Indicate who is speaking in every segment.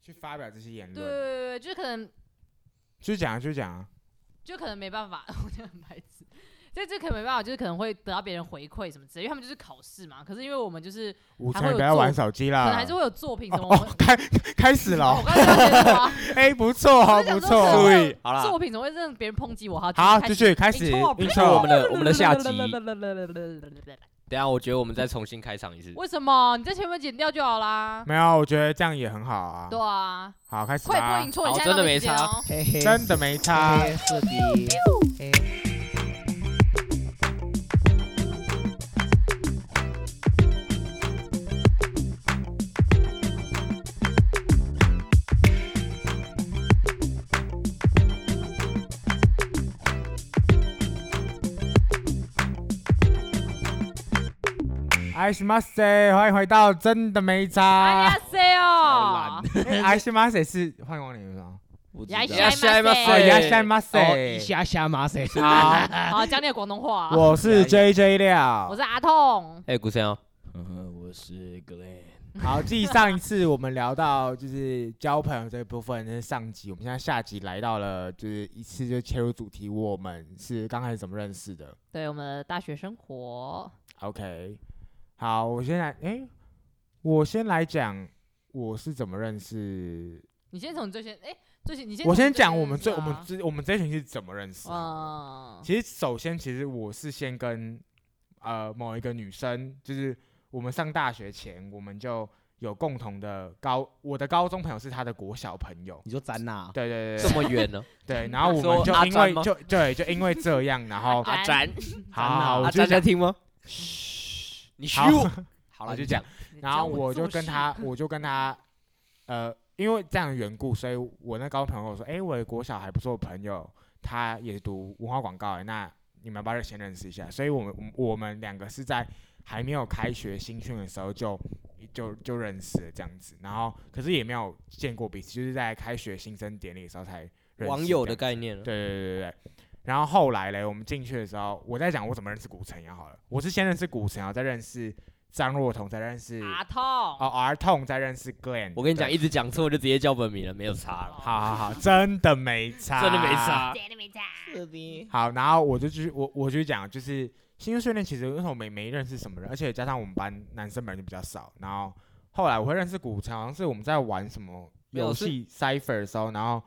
Speaker 1: 去发表这些言
Speaker 2: 对
Speaker 1: 论，
Speaker 2: 对对，就是可能
Speaker 1: 就讲啊就讲啊，
Speaker 2: 就可能没办法， 我觉得很白痴。这这可能没办法，就是可能会得到别人回馈什么之类，因为他们就是考试嘛。可是因为我们就是
Speaker 1: 午
Speaker 2: 还会
Speaker 1: 餐
Speaker 2: 有
Speaker 1: 不要玩
Speaker 2: 做
Speaker 1: 手机
Speaker 3: 啊
Speaker 1: 啦。
Speaker 2: 可能还是会有作品
Speaker 1: 哦
Speaker 2: 什 么。我们
Speaker 1: 哦， 开开始了
Speaker 2: 我
Speaker 1: 哦，
Speaker 2: 刚刚就觉得哇
Speaker 1: 哎，不错哦，
Speaker 2: 我就
Speaker 1: 不
Speaker 2: 想说
Speaker 1: 错
Speaker 2: 是
Speaker 1: 哦，
Speaker 2: 我
Speaker 3: 注意，好了，
Speaker 2: 作品总会让别人抨击我哈。
Speaker 1: 好，
Speaker 2: 就
Speaker 1: 继
Speaker 2: 是
Speaker 1: 续开始
Speaker 2: intro，
Speaker 3: 这是我们的我们的下集。
Speaker 2: 集。
Speaker 3: 等一下我觉得我们再重新开场一 次。
Speaker 2: 为什么？你在前面剪掉就好 啦。
Speaker 1: 没有，我觉得这样也很好啊
Speaker 2: 对。啊，
Speaker 1: 好，开始
Speaker 4: 快播
Speaker 1: 啦
Speaker 4: 影，错，你
Speaker 3: 好
Speaker 4: 现在
Speaker 3: 真的
Speaker 4: 都
Speaker 3: 没
Speaker 4: 剪
Speaker 3: 差
Speaker 4: 哦
Speaker 5: 嘿嘿，
Speaker 1: 真的没差。
Speaker 5: 嘿嘿是的，嘿
Speaker 1: 艾西马塞，欢迎回到真的没
Speaker 2: 哎
Speaker 1: 差
Speaker 2: 呀。塞
Speaker 3: 啊好
Speaker 2: 哦
Speaker 3: 懒，
Speaker 1: 艾西马塞是欢迎光临吗？
Speaker 5: 不知
Speaker 2: 呀呀
Speaker 5: 道
Speaker 1: 哦，
Speaker 2: 对
Speaker 1: 亚塞马
Speaker 5: 哦
Speaker 1: 塞
Speaker 5: 一。下下马谁？
Speaker 1: 好，
Speaker 2: 好讲点广东话。啊
Speaker 1: 我是 J J
Speaker 2: 我
Speaker 1: 料。
Speaker 2: 是阿痛，
Speaker 3: 哎，古森哦，
Speaker 5: 嗯，我是 Glenn。
Speaker 1: 好，继上一次我们聊到就是交朋友这一部分，这是上集，我们现在下集来到了就是一次就切入主题，我们是刚开始怎么认识的
Speaker 2: 对我们的大学生活，
Speaker 1: ？OK，好，我先来，哎、我先来讲我是怎么认识，
Speaker 2: 你先从最先，哎，最先你先从
Speaker 1: 我
Speaker 2: 最先
Speaker 1: 先讲我们
Speaker 2: 认识
Speaker 1: 最
Speaker 2: 啊
Speaker 1: 我们这我们这群是怎么认识的。
Speaker 2: 嗯，
Speaker 1: 其实首先，其实我是先跟呃某一个女生，就是我们上大学前，我们就有共同的高，我的高中朋友是她的国小朋友，
Speaker 5: 你说咱呐？
Speaker 1: 对对
Speaker 3: 这
Speaker 1: 对
Speaker 3: 么远哦呢？
Speaker 1: 对，然后我们
Speaker 3: 说
Speaker 1: 就
Speaker 3: 阿
Speaker 1: 因
Speaker 3: 詹
Speaker 1: 为
Speaker 3: 吗
Speaker 1: 就对就因为这样，然后
Speaker 2: 阿
Speaker 3: 展，
Speaker 1: 好好好，
Speaker 3: 阿
Speaker 1: 我
Speaker 3: 展
Speaker 1: 就
Speaker 3: 在
Speaker 1: 讲，
Speaker 3: 啊听吗？
Speaker 1: 嘘，
Speaker 3: 你
Speaker 1: 好
Speaker 3: 虚我。好
Speaker 1: 我
Speaker 3: 了，
Speaker 1: 就
Speaker 3: 就
Speaker 1: 讲
Speaker 3: 讲。
Speaker 1: 然后我就
Speaker 2: 做
Speaker 1: 跟
Speaker 2: 事
Speaker 1: 他，我就跟他，呃，因为这样的缘故，所以我那高中朋友跟我说，哎、我有国小还不错的朋友，他也读文化广告、欸，那你们要不要先认识一下？所以我们我们两个是在还没有开学新训的时候就就就认识了这样子，然后可是也没有见过彼此，就是在开学新生典礼的时候才认识
Speaker 3: 网友的
Speaker 1: 这样
Speaker 3: 概念了。
Speaker 1: 对对对对对。然后后来嘞，我们进去的时候，我在讲我怎么认识古城瑶好了，我是先认识古城瑶，再认识张若彤，再认识
Speaker 2: 阿痛，
Speaker 1: 哦，R 痛再认识 Glenn。
Speaker 3: 我跟你讲，
Speaker 1: 对，
Speaker 3: 一直讲错就直接叫本名了，没有差了，
Speaker 1: 好好好，真的没差，
Speaker 3: 真的没。
Speaker 1: 啊
Speaker 3: 差。
Speaker 2: 真的没在，
Speaker 5: 是的。
Speaker 1: 好，然后我就继续，我我就讲，就是新生训练其实那时候没没认识什么人，而且加上我们班男生本来就比较少，然后后来我会认识古城，好像是我们在玩什么
Speaker 3: 没有
Speaker 1: 游
Speaker 3: 是
Speaker 1: 戏 Cipher 的时候，然后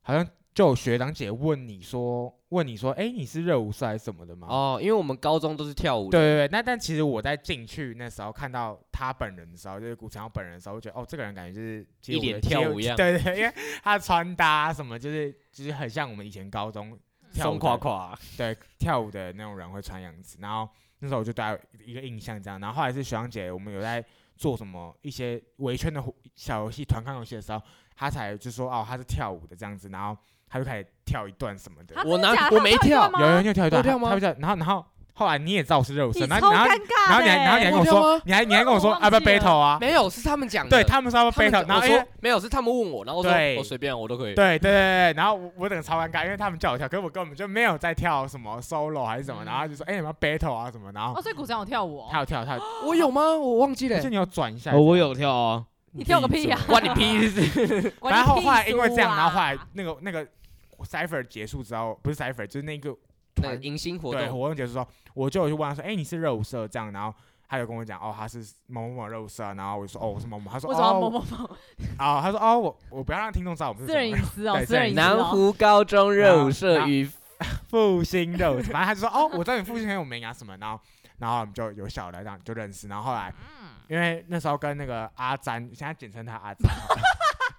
Speaker 1: 好像就有学长姐问你说，问你说，哎，你是热舞社还是什么的吗？
Speaker 3: 哦，因为我们高中都是跳舞的，
Speaker 1: 对对对，那但其实我在进去那时候看到他本人的时候，就是古城本人的时候，我觉得哦，这个人感觉就是街
Speaker 3: 一
Speaker 1: 舞
Speaker 3: 脸
Speaker 1: 的
Speaker 3: 跳
Speaker 1: 街
Speaker 3: 舞一样
Speaker 1: 对对对，因为他的穿搭什么，就是就是很像我们以前高中跳舞
Speaker 3: 嗯松
Speaker 1: 的
Speaker 3: 垮垮，
Speaker 1: 对跳舞的那种人会穿样子。然后那时候我就对他有一个印象这样，然后后来是学长姐，我们有在做什么一些围圈的活小游戏、团康游戏的时候，他才就说哦，他是跳舞的这样子，然后他就开始跳一段什么的
Speaker 2: 啊。
Speaker 3: 我
Speaker 2: 真的
Speaker 3: 拿
Speaker 2: 假的
Speaker 3: 我没
Speaker 2: 他有
Speaker 3: 跳
Speaker 2: 吗
Speaker 1: 有有你有跳一
Speaker 3: 我
Speaker 1: 段，
Speaker 3: 跳
Speaker 1: 他
Speaker 3: 吗
Speaker 1: 他会跳，然后然后后来你也知道我是热舞社，
Speaker 2: 你
Speaker 1: 然
Speaker 2: 超
Speaker 1: 后然后
Speaker 2: 尴尬的，欸
Speaker 1: 然后你还然后你还跟我
Speaker 3: 我跳
Speaker 1: 说
Speaker 3: 吗，
Speaker 1: 你还你还跟我说
Speaker 2: 我忘
Speaker 1: 要不要
Speaker 2: 记了
Speaker 1: battle 啊？
Speaker 3: 没有，是他们讲的。
Speaker 1: 对他们说要不
Speaker 3: 他
Speaker 1: 要
Speaker 3: 们
Speaker 1: battle，
Speaker 3: 讲
Speaker 1: 然后
Speaker 3: 我
Speaker 1: 因为
Speaker 3: 说没有，是他们问我，然后我
Speaker 1: 对
Speaker 3: 说我哦随便我都可以。
Speaker 1: 对对对对，然后我我整个超尴尬，因为他们叫我跳，可是我根本就没有在跳什么 solo 还是什么，
Speaker 2: 嗯
Speaker 1: 然后他就说哎你们要 battle 啊什么，然后
Speaker 2: 哦，所以古城有跳舞哦，
Speaker 1: 他有跳他有，
Speaker 3: 我有吗？我忘记了
Speaker 1: 而且你有转一下，
Speaker 5: 哦，我有跳哦。
Speaker 2: 你跳个屁呀！
Speaker 3: 关你屁事！
Speaker 2: 关你
Speaker 1: 然后
Speaker 2: 屁
Speaker 1: 后来因为这样，
Speaker 2: 事
Speaker 1: 然后后来
Speaker 2: 啊
Speaker 1: 那个那个 cipher 结束之后，不是 cipher 就是那个
Speaker 3: 那
Speaker 1: 团
Speaker 3: 个迎新活
Speaker 1: 对，
Speaker 3: 动，
Speaker 1: 活动结束之后，我就有去问他说：“哎、你是热舞社这样？”然后他有跟我讲：“哦，他是某某某热舞社。”然后我就说：“哦，我是某某。”他说：“
Speaker 2: 为什么
Speaker 1: 哦，
Speaker 2: 某
Speaker 1: 我
Speaker 2: 某某
Speaker 1: 哦，他说：“哦，我我不要让听众知道我们是
Speaker 2: 私
Speaker 1: 什么
Speaker 2: 人
Speaker 1: 热
Speaker 2: 隐私哦，
Speaker 1: 对
Speaker 2: 私人隐私
Speaker 3: 南
Speaker 2: 哦，
Speaker 3: 湖高中热舞社
Speaker 1: 啊
Speaker 3: 与
Speaker 1: 复兴 热舞社。”反正他就说：“哦，我知道你复兴很有名啊什么。”然后然后我们就有小来这样就认识。然后后来
Speaker 2: 嗯
Speaker 1: 因为那时候跟那个阿詹，现在简称他阿詹好了，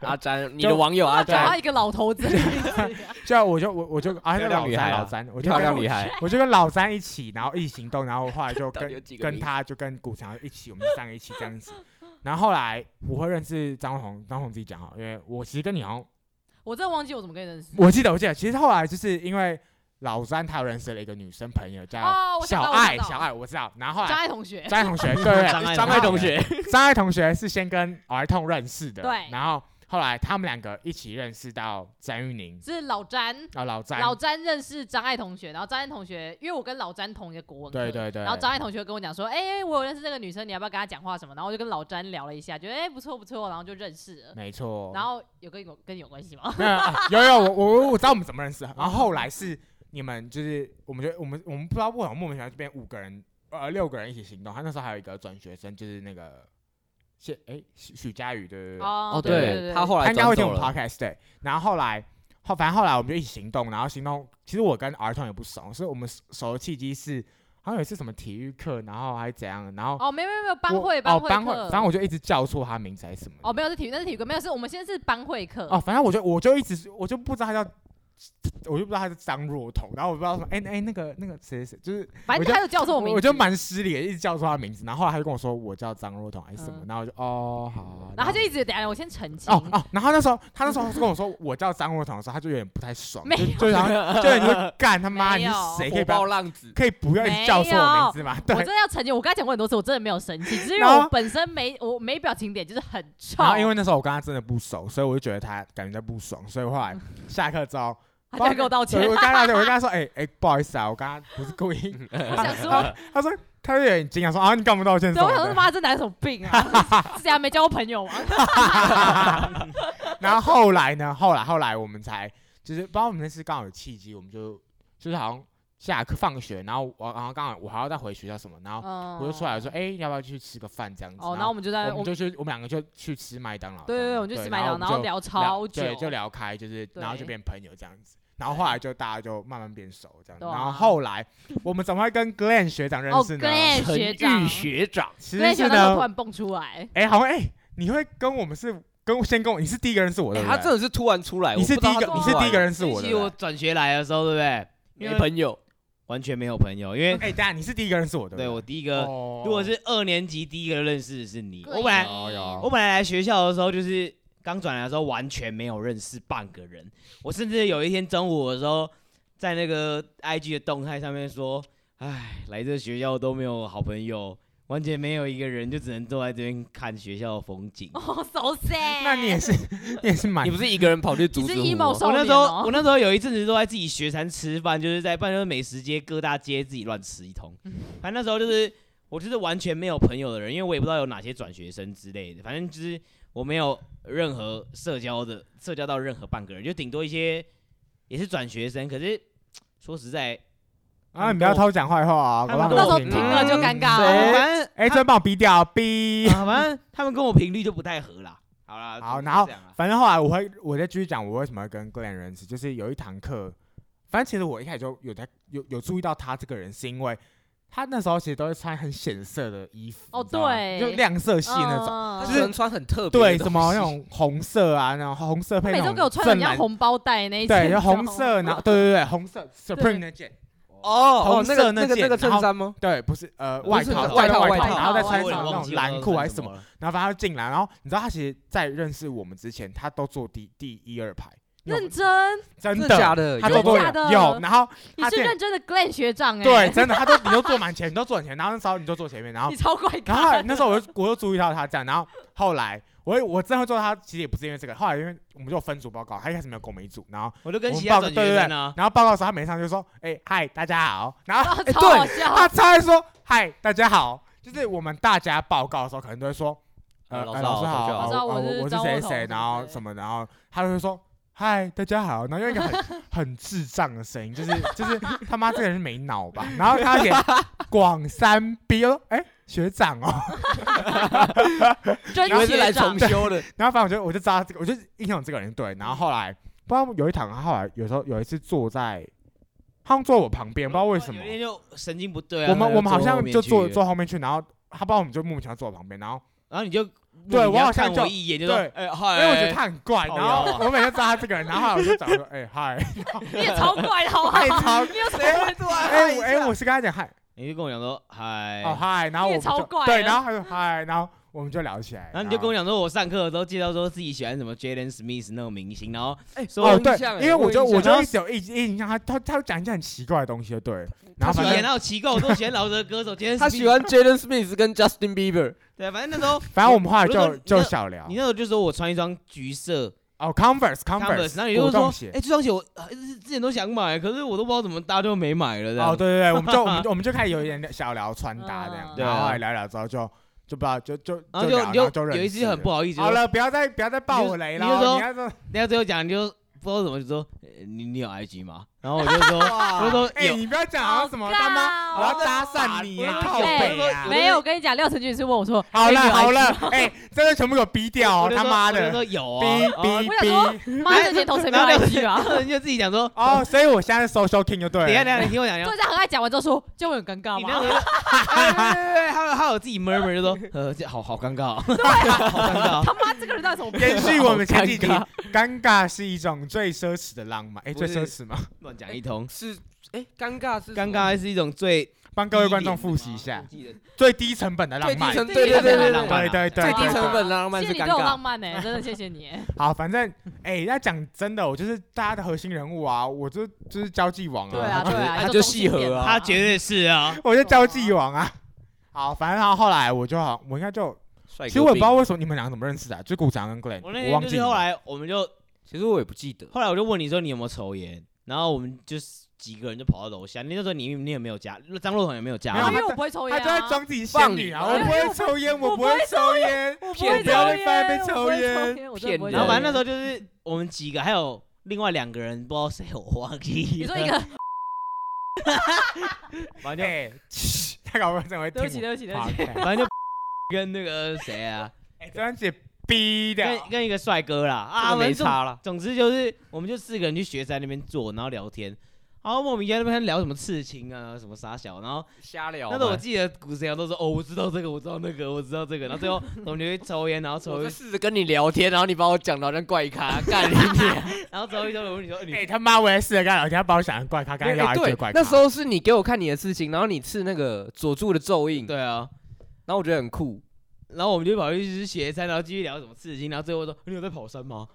Speaker 1: 啊
Speaker 3: 阿詹，你的网友阿
Speaker 2: 找到
Speaker 3: 詹，
Speaker 2: 一个老头子，
Speaker 1: 就我就我我就啊，
Speaker 3: 漂
Speaker 1: 那
Speaker 3: 亮
Speaker 1: 老
Speaker 3: 女
Speaker 1: 詹
Speaker 3: 孩啊
Speaker 1: 老詹，我就
Speaker 3: 漂
Speaker 1: 跟
Speaker 3: 亮女孩，
Speaker 1: 我就跟老詹一起，然后一起行动，然后后来就
Speaker 3: 到底有
Speaker 1: 跟
Speaker 3: 几个
Speaker 1: 跟
Speaker 3: 名字
Speaker 1: 他就跟古强一起，我们三个一起这样子。然后后来我会认识张红，张红自己讲哦哈，因为我其实跟你好像，
Speaker 2: 我真的忘记我怎么跟你认识。
Speaker 1: 我记得我记得，其实后来就是因为老詹他有认识了一个女生朋友叫
Speaker 2: 哦，我想
Speaker 1: 啊小
Speaker 2: 到我想
Speaker 1: 爱，
Speaker 2: 到
Speaker 1: 小爱我知道。然后后
Speaker 2: 张
Speaker 1: 来
Speaker 2: 爱同 学，
Speaker 1: 张爱同学，对对对
Speaker 5: 张爱
Speaker 3: 张爱同学，
Speaker 1: 张爱同学是先跟儿童认识的，
Speaker 2: 对
Speaker 1: 然后后来他们两个一起认识到詹玉宁
Speaker 2: 是老詹，
Speaker 1: 啊，老詹，
Speaker 2: 老詹认识张爱同学，然后张爱同学，因为我跟老詹同一个国文课，
Speaker 1: 对对对，
Speaker 2: 然后张爱同学跟我讲说，哎、我有认识那个女生，你要不要跟她讲话什么？然后我就跟老詹聊了一下，觉得哎、不错不错，然后就认识了。
Speaker 1: 没错，
Speaker 2: 然后有跟有跟你有关系吗？
Speaker 1: 没有啊有有我我我知道我们怎么认识的，然后后来是你们就是我们就我们我们不知道为什么莫名其妙就变五个人呃六个人一起行动，他那时候还有一个转学生就是那个谢哎许许佳宇对对对，
Speaker 2: 哦
Speaker 1: 对
Speaker 2: 对对，
Speaker 3: 他后
Speaker 1: 他
Speaker 3: 来
Speaker 1: 应该会
Speaker 3: 转
Speaker 1: 听
Speaker 3: 走
Speaker 1: 我们
Speaker 3: 了，
Speaker 1: podcast 对，然后后来后反正后来我们就一起行动，然后行动其实我跟 R 团也不熟，所以我们熟的契机是好像有一次什么体育课，然后还是怎样，然后
Speaker 2: 哦，没有没有没有班
Speaker 1: 我
Speaker 2: 会
Speaker 1: 哦
Speaker 2: 会
Speaker 1: 班会，
Speaker 2: 课
Speaker 1: 反，正我就一直叫错他名字还是什么的
Speaker 2: 哦没有是体育，那是体育课，没有是我们现在是班会课。
Speaker 1: 哦，反正我就我就一直我就不知道他叫，我就不知道他是张若彤，然后我不知道什么，哎、哎那个那个谁谁谁，就是
Speaker 2: 反
Speaker 1: 我
Speaker 2: 正
Speaker 1: 就
Speaker 2: 他就叫错
Speaker 1: 我
Speaker 2: 我名字，
Speaker 1: 我就蛮失礼的，一直叫错他名字，然后后来他就跟我说我叫张若彤还是什么，
Speaker 2: 嗯
Speaker 1: 然后我就哦好啊，
Speaker 2: 然后他就一直等哎一下我先澄清，
Speaker 1: 哦哦，然后那时候他那时候跟我说我叫张若彤的时候，他就有点不太爽，
Speaker 2: 没
Speaker 1: 就就想要就你 会干他妈
Speaker 2: 没
Speaker 1: 你是
Speaker 2: 有
Speaker 1: 谁可以
Speaker 3: 火
Speaker 1: 不要
Speaker 3: 爆浪子，
Speaker 1: 可以不要一直叫错我名字嘛？
Speaker 2: 我
Speaker 1: 对
Speaker 2: 真，的要澄清，我刚才讲过很多次，我真的没有生气，只是因为
Speaker 1: 然后
Speaker 2: 我本身没我没表情点，就是很臭
Speaker 1: 然。后因为那时候我跟他真的不熟，所以我就觉得他感觉在不爽，所以后来下课之后。
Speaker 2: 他就来跟我道嗯歉
Speaker 1: 对，我跟他道歉，我跟他说，哎、哎、不好意思啊，我刚刚不是故意。
Speaker 2: 我
Speaker 1: 他
Speaker 2: 想说，
Speaker 1: 他说他有点惊讶，说啊，你干嘛道歉什
Speaker 2: 对，我想
Speaker 1: 么
Speaker 2: 说
Speaker 1: 的？
Speaker 2: 妈这男人有 病啊，自己还没交过朋友啊。
Speaker 1: 然后后来呢？后来后来我们才就是，不知道我们那次刚好有契机，我们就就是好像下课放学，然后我然后刚好我还要再回学校什么，然后
Speaker 2: 嗯
Speaker 1: 我就出来说，哎、要不要去吃个饭这样子？
Speaker 2: 哦，然
Speaker 1: 然
Speaker 2: 后我们就在
Speaker 1: 我们就去，我们两个就去吃麦当劳这
Speaker 2: 对
Speaker 1: 样
Speaker 2: 对
Speaker 1: 子。
Speaker 2: 对，我们就吃麦当劳，
Speaker 1: 我
Speaker 2: 然后
Speaker 1: 们
Speaker 2: 聊
Speaker 1: 聊
Speaker 2: 超久，
Speaker 1: 对，就聊开，就是然后就
Speaker 2: 对
Speaker 1: 变朋友这样子，然后后来就大家就慢慢变熟这样子，
Speaker 2: 对啊
Speaker 1: 然后后来我们怎么会跟 Glenn 学长认
Speaker 2: 哦
Speaker 1: 识呢？
Speaker 2: ，Glenn
Speaker 5: 陈
Speaker 2: 学长
Speaker 5: 玉学长，
Speaker 1: 其
Speaker 2: 对，
Speaker 1: 实
Speaker 2: 想
Speaker 1: 是
Speaker 2: 到突
Speaker 1: 呢，
Speaker 2: 然蹦出来，
Speaker 1: 哎，好像哎，你会跟我们是跟先跟我，你是第一个认识我的，
Speaker 3: 哎
Speaker 1: 对
Speaker 3: 他
Speaker 1: 不
Speaker 3: 真
Speaker 1: 对
Speaker 3: 的是突然出来，
Speaker 1: 你是
Speaker 3: 我不知
Speaker 1: 第
Speaker 3: 道
Speaker 1: 一个，
Speaker 3: 他
Speaker 1: 你
Speaker 3: 突
Speaker 1: 是
Speaker 3: 然
Speaker 1: 第一个认识我的
Speaker 5: 其实我
Speaker 1: 对不
Speaker 5: 转学来的时候，对不对？因
Speaker 3: 没
Speaker 5: 为
Speaker 3: 朋友，
Speaker 5: 完全没有朋友，因为
Speaker 1: 对。哎，等一下你是第一个认识我的，
Speaker 5: 对我第一个，
Speaker 1: 哦，
Speaker 5: 如果是二年级第一个认识的是你，我本
Speaker 2: 对
Speaker 5: 来
Speaker 1: 哦有
Speaker 5: 我本来来学校的时候，就是刚转来的时候，完全没有认识半个人。我甚至有一天中午的时候，在那个 IG 的动态上面说：“哎，来这学校都没有好朋友，完全没有一个人，就只能坐在这边看学校的风景。
Speaker 2: 哦，so sad。
Speaker 1: 那你也是你也是蛮
Speaker 3: 你不是一个人跑去阻
Speaker 2: 你是
Speaker 3: 止
Speaker 2: emo
Speaker 3: 我
Speaker 2: 少
Speaker 5: 我那
Speaker 2: 年
Speaker 5: 时候，
Speaker 2: 哦
Speaker 5: 我那时候有一阵子都在自己学餐吃饭，就是在半就是美食街各大街自己乱吃一通。反正那时候就是我就是完全没有朋友的人，因为我也不知道有哪些转学生之类的，反正就是我没有任何社交的社交到任何半个人，就顶多一些也是转学生。可是说实在，
Speaker 1: 啊，你不要偷讲坏话啊，
Speaker 5: 他
Speaker 1: 我怕
Speaker 5: 们跟
Speaker 2: 那时
Speaker 1: 我
Speaker 2: 候
Speaker 1: 听
Speaker 2: 听
Speaker 1: 到
Speaker 2: 了就
Speaker 1: 嗯
Speaker 2: 尴尬
Speaker 5: 啊
Speaker 1: 谁
Speaker 2: 了。
Speaker 5: 反正
Speaker 1: 哎，
Speaker 5: 他
Speaker 1: 真帮我逼掉，逼。
Speaker 5: 啊反正他们跟我频率就不太合啦。好啦，
Speaker 1: 好
Speaker 5: 就是
Speaker 1: 然后
Speaker 5: 这样啦
Speaker 1: 反正后来我会，我再继续讲我为什么会跟 Glenn 认识，就是有一堂课，反正其实我一开始就有在有有注意到他这个人，是因为他那时候其实都是穿很显色的衣服，
Speaker 2: 哦
Speaker 1: 你知道吗
Speaker 2: 对嗯
Speaker 1: 就亮色系那种，
Speaker 2: 种
Speaker 3: 他
Speaker 1: 就
Speaker 3: 喜
Speaker 1: 是
Speaker 3: 欢穿很特别的
Speaker 1: 对，
Speaker 3: 东
Speaker 1: 什么那
Speaker 3: 西
Speaker 1: 种红色啊，然后红色配
Speaker 2: 每
Speaker 1: 那
Speaker 2: 周
Speaker 1: 种
Speaker 2: 给我穿人
Speaker 1: 正
Speaker 2: 家
Speaker 1: 蓝，
Speaker 2: 红包袋那一哦件，
Speaker 1: 对，就红色，然后对对对，红色 Supreme 那件，
Speaker 3: 哦
Speaker 1: 红
Speaker 3: 哦那
Speaker 1: 色
Speaker 3: 个
Speaker 1: 那
Speaker 3: 那个
Speaker 1: 件
Speaker 3: 那个衬
Speaker 1: 然后
Speaker 3: 衫吗？
Speaker 1: 对，不是呃
Speaker 3: 不
Speaker 1: 外
Speaker 3: 是
Speaker 1: 套，
Speaker 3: 那个
Speaker 1: 外
Speaker 3: 外套
Speaker 1: 外
Speaker 3: 外
Speaker 1: 套，
Speaker 3: 套
Speaker 1: 然后再穿上
Speaker 5: 我有点
Speaker 1: 那
Speaker 5: 忘
Speaker 1: 种
Speaker 5: 记
Speaker 1: 蓝
Speaker 5: 我
Speaker 1: 裤
Speaker 5: 穿
Speaker 1: 还是什么，
Speaker 5: 了。
Speaker 1: 然后反正他就进来，然后你知道他其实，在认识我们之前，他都坐第第一二排，那种
Speaker 2: 认真，
Speaker 1: 真
Speaker 3: 真
Speaker 1: 的
Speaker 3: 的假的？
Speaker 1: 他
Speaker 3: 有
Speaker 1: 都
Speaker 2: 真
Speaker 1: 坐
Speaker 2: 假
Speaker 1: 有
Speaker 2: 的
Speaker 1: 有，然后
Speaker 2: 你
Speaker 1: 他
Speaker 2: 是
Speaker 1: 见
Speaker 2: 认真的 Glenn 学长哎，
Speaker 1: 对，，真的，他都你都坐满前，你都坐前，然后那时候你就坐前面，然后
Speaker 2: 你超怪
Speaker 1: 然后
Speaker 2: 咖。
Speaker 1: 那时候我就我就注意到他这样，然后后来我我真的做他，其实也不是因为这个，后来因为我们就有分组报告，他一开始没有跟我们一组，然后
Speaker 5: 我就跟
Speaker 1: 我们
Speaker 5: 其
Speaker 1: 报
Speaker 5: 他
Speaker 1: 个
Speaker 5: 转
Speaker 1: 对
Speaker 5: 学
Speaker 1: 对
Speaker 5: 生啊，
Speaker 1: 然后报告的时候他没上就说，哎、嗨大家好，然后、
Speaker 2: 啊
Speaker 1: 哎
Speaker 2: 超好
Speaker 1: 对，
Speaker 2: 笑，
Speaker 1: 他超爱说嗨大家好，就是我们大家报告的时候可能都会说，呃
Speaker 3: 呃老
Speaker 1: 呃
Speaker 3: 师
Speaker 1: 老
Speaker 3: 好
Speaker 1: 师
Speaker 3: 同
Speaker 1: 好，
Speaker 3: 学
Speaker 1: 呃
Speaker 2: 好
Speaker 1: 我
Speaker 2: 我是
Speaker 1: 我是
Speaker 2: 张
Speaker 1: 谁
Speaker 2: 若彤
Speaker 1: 谁，然后
Speaker 2: 对
Speaker 1: 什么，然后他就会说。嗨，大家好。然后用一个 很很智障的声音，就是就是他妈这个人是没脑吧？然后他写广三 B，我说哎、学长哦，
Speaker 2: 真
Speaker 3: 以为是来
Speaker 2: 学长
Speaker 3: 重。修的，
Speaker 1: 然后反正我就我就知道这个，我就印象有这个人对。然后后来不知道有一堂，他后来有时候有一次坐在，他好像坐我旁边，不知道为什么
Speaker 5: 哦
Speaker 3: 哦
Speaker 5: 有。点就神经不对啊。
Speaker 1: 我们
Speaker 5: 那
Speaker 1: 我们好像就
Speaker 5: 坐
Speaker 1: 坐
Speaker 5: 后面去
Speaker 1: 坐后面去，然后他不知道我们就莫名其妙坐我旁边，然后
Speaker 5: 然后你就
Speaker 1: 对
Speaker 5: 你
Speaker 1: 我
Speaker 5: 要
Speaker 1: 好像
Speaker 5: 看
Speaker 1: 就
Speaker 5: 我一眼就说
Speaker 1: 对
Speaker 5: 哎
Speaker 1: 因
Speaker 5: 嗨，
Speaker 1: 为我觉得他很怪，
Speaker 5: 靠
Speaker 1: 然后
Speaker 5: 腰啊
Speaker 1: 我每次知道他这个人，然后后来我就找他说，哎嗨，
Speaker 2: 你也超怪的，好不好？
Speaker 1: 太超
Speaker 2: 你有什
Speaker 3: 谁
Speaker 2: 么
Speaker 3: 会突然
Speaker 1: 哎
Speaker 3: 嗨
Speaker 1: 我
Speaker 3: 一
Speaker 1: 哎
Speaker 3: 下
Speaker 1: 我是跟他讲嗨，
Speaker 5: 你就跟我讲说嗨
Speaker 1: 哦，嗨，然后
Speaker 2: 你
Speaker 1: 我
Speaker 2: 也
Speaker 1: 们
Speaker 2: 超
Speaker 1: 就
Speaker 2: 怪啊
Speaker 1: 对，
Speaker 2: 的
Speaker 1: 然后他说嗨，然后。我们就聊起来。
Speaker 5: 然后你就跟我讲说，我上课的时候介绍说自己喜欢什么 Jalen Smith 那种明星，然后
Speaker 3: 哎，
Speaker 5: 说
Speaker 1: 哦，
Speaker 3: 我
Speaker 1: 对
Speaker 3: 印象，欸
Speaker 1: 因为我就
Speaker 3: 印象
Speaker 1: 我就
Speaker 5: 啊
Speaker 1: 一直有印印象，他他他讲一些很奇怪的东西，对。然后
Speaker 5: 他
Speaker 1: 啊反
Speaker 5: 喜欢
Speaker 1: 正
Speaker 5: 哪有奇怪，我都喜欢饶舌歌手 Jalen Smith，
Speaker 3: 他喜欢 Jalen Smith 跟 Justin Bieber，
Speaker 5: 对，反正那时候
Speaker 1: 反正我们后来
Speaker 5: 我就说
Speaker 1: 就
Speaker 5: 你
Speaker 1: 就
Speaker 5: 那
Speaker 1: 小聊
Speaker 5: 你。那时候就说我穿一双橘色
Speaker 1: 哦，Converse
Speaker 5: Converse，然后你就
Speaker 1: 果
Speaker 5: 说
Speaker 1: 冻鞋，
Speaker 5: 哎，这双鞋我呃之前都想买，可是我都不知道怎么搭就没买了这样。
Speaker 1: 哦，对对对，我们就我 们就我们就开始有一点小聊穿搭这样，
Speaker 2: 嗯
Speaker 1: 然后后来
Speaker 5: 对
Speaker 1: 聊一聊之后就就不知道就就
Speaker 5: 啊然后
Speaker 1: 聊
Speaker 5: 就
Speaker 1: 然后
Speaker 5: 你
Speaker 1: 就
Speaker 5: 就
Speaker 1: 认
Speaker 5: 有一
Speaker 1: 识
Speaker 5: 次很不好意思，
Speaker 1: 好
Speaker 5: 就，
Speaker 1: 了，不要再不要再爆我雷了，
Speaker 5: 你就说
Speaker 1: 你要说
Speaker 5: 人家最后讲你就不知道怎么就说呃你你有 IG 吗？然后我就说我就说
Speaker 1: 哎，
Speaker 5: 有，
Speaker 1: 你不要讲好像什
Speaker 2: 啊
Speaker 1: 么他妈
Speaker 2: 妈
Speaker 1: 我要搭讪你耶
Speaker 5: 我
Speaker 1: 靠北啊
Speaker 5: 我！
Speaker 2: 没有，我跟你讲，廖承俊也是问我说，
Speaker 1: 好了
Speaker 2: 哎
Speaker 1: 好， 了，哎，真的全部给我逼掉
Speaker 5: 我
Speaker 1: 哦，
Speaker 5: 就
Speaker 1: 他
Speaker 5: 说
Speaker 1: 妈
Speaker 5: 我就
Speaker 1: 的，
Speaker 5: 说有啊，
Speaker 1: 逼
Speaker 5: 然后
Speaker 1: 逼
Speaker 2: 我想说
Speaker 1: 逼！
Speaker 2: 你有妈这年头谁没有 IG 啊？
Speaker 5: 人就自己讲说，
Speaker 1: 哦，所以我现在是 social king 就对了。啊
Speaker 5: 等一下等一下，你听我讲讲
Speaker 2: 作。家很爱讲完之后说，就会很尴尬
Speaker 5: 你那
Speaker 2: 吗？
Speaker 5: 个，哎对对对，还有还有自己 murmur 就说，呃，这好好尴尬哦，好尴尬哦。
Speaker 2: 他妈这个人到底什么病？
Speaker 1: 延续我们前几集
Speaker 3: 好尴，
Speaker 1: 尴尬是一种最奢侈的浪漫，哎，
Speaker 3: 不
Speaker 1: 最奢
Speaker 3: 是
Speaker 1: 侈吗？
Speaker 5: 乱讲一通。
Speaker 3: 是哎，尴尬是什
Speaker 5: 尴
Speaker 3: 么
Speaker 5: 尬是一种最
Speaker 1: 帮各位观众复习一
Speaker 5: 啊
Speaker 1: 下，
Speaker 3: 最
Speaker 1: 最低成本的浪
Speaker 3: 低
Speaker 1: 漫，
Speaker 3: 成
Speaker 2: 对
Speaker 3: 对对对对
Speaker 5: 浪漫
Speaker 1: 对
Speaker 3: 对
Speaker 1: 对对，对
Speaker 3: 最低成本的浪漫
Speaker 2: 谢
Speaker 3: 是
Speaker 2: 谢你
Speaker 3: 尴
Speaker 2: 对我浪
Speaker 3: 尬，
Speaker 2: 漫欸呢，真的谢 谢你。
Speaker 1: 好，反正哎，要讲真的，我就是大家的核心人物啊，我就就是交际网
Speaker 2: 对啊，对啊，
Speaker 3: 他
Speaker 2: 要
Speaker 3: 就
Speaker 2: 中性
Speaker 3: 契合
Speaker 2: 点
Speaker 3: 啊
Speaker 2: 嘛
Speaker 5: 他绝对是啊，
Speaker 1: 我就交际网啊。好，反正他后来我就好，我应该就，
Speaker 3: 其
Speaker 1: 其实我也不知道，为什么你们两个怎么认识的啊，就鼓掌跟 Glenn，
Speaker 5: 我那
Speaker 1: 我
Speaker 5: 天
Speaker 1: 忘
Speaker 5: 就
Speaker 1: 记
Speaker 5: 是
Speaker 1: 了。
Speaker 5: 后来我们就
Speaker 3: 其实我也不记得，
Speaker 5: 后来我就问你说你有没有抽烟，然后我们就是几个人就跑到楼下，你那时候你你也没有加，张若彤也没有加
Speaker 1: 没有
Speaker 2: 因
Speaker 5: 入，
Speaker 2: 为我不会抽
Speaker 1: 他
Speaker 2: 烟
Speaker 1: 就在
Speaker 2: 啊。
Speaker 1: 装自己仙女啊，
Speaker 3: 放
Speaker 1: 我
Speaker 3: 你
Speaker 1: 不会抽烟，
Speaker 2: 我
Speaker 1: 不
Speaker 2: 不
Speaker 1: 会
Speaker 2: 会
Speaker 1: 抽烟，
Speaker 2: 我不
Speaker 3: 骗
Speaker 2: 会
Speaker 3: 人
Speaker 1: 不
Speaker 2: 抽
Speaker 1: 要被发现
Speaker 2: 烟，
Speaker 1: 被
Speaker 2: 我不
Speaker 1: 抽
Speaker 2: 会
Speaker 1: 烟
Speaker 2: 抽烟，我真的
Speaker 3: 骗
Speaker 2: 不会
Speaker 3: 人
Speaker 5: 然后
Speaker 2: 抽
Speaker 5: 反正那
Speaker 2: 烟
Speaker 5: 时候就是我们几个还有另外两个人不知道谁我忘记，
Speaker 2: 你说一，个，
Speaker 5: 反正
Speaker 1: 哎，他搞不好真的会
Speaker 2: 对不
Speaker 1: 听
Speaker 2: 起，对不起，对
Speaker 1: 我
Speaker 2: 不 起，
Speaker 5: 就反正就 跟那个 谁啊，
Speaker 1: 哎，这样子逼的
Speaker 5: 跟跟一个帅哥啦，啊，
Speaker 3: 啊
Speaker 5: 我们
Speaker 3: 没
Speaker 5: 总
Speaker 3: 差了，
Speaker 5: 总之就是，我们就四个人去学山那边坐，然后聊天，然后莫名其妙在那边聊什么刺青啊，什么傻小，然后
Speaker 3: 瞎聊啊嘛。
Speaker 5: 那时候我记得古时阳都说哦，我知道这个，我知道那个，我知 道这个，然后最后我们就会抽烟，然后抽
Speaker 3: 我
Speaker 5: 一
Speaker 3: 在，试着跟你聊天，然后你把我讲的好像怪咖，干你娘！
Speaker 5: 然后抽一抽，我问 你说哎
Speaker 1: 哎、
Speaker 5: 你
Speaker 1: 他妈，我也试着跟他聊天，他把我想成怪咖，刚刚要
Speaker 3: 哎
Speaker 1: 来
Speaker 3: 对
Speaker 1: 追怪，咖。
Speaker 3: 那时候是你给我看你的事情，然后你刺那个佐助的咒印，
Speaker 5: 对啊，
Speaker 3: 然后我觉得很酷，
Speaker 5: 然后我们就跑去吃学餐，然后继续聊什么刺青，然后最后说你有在跑山吗？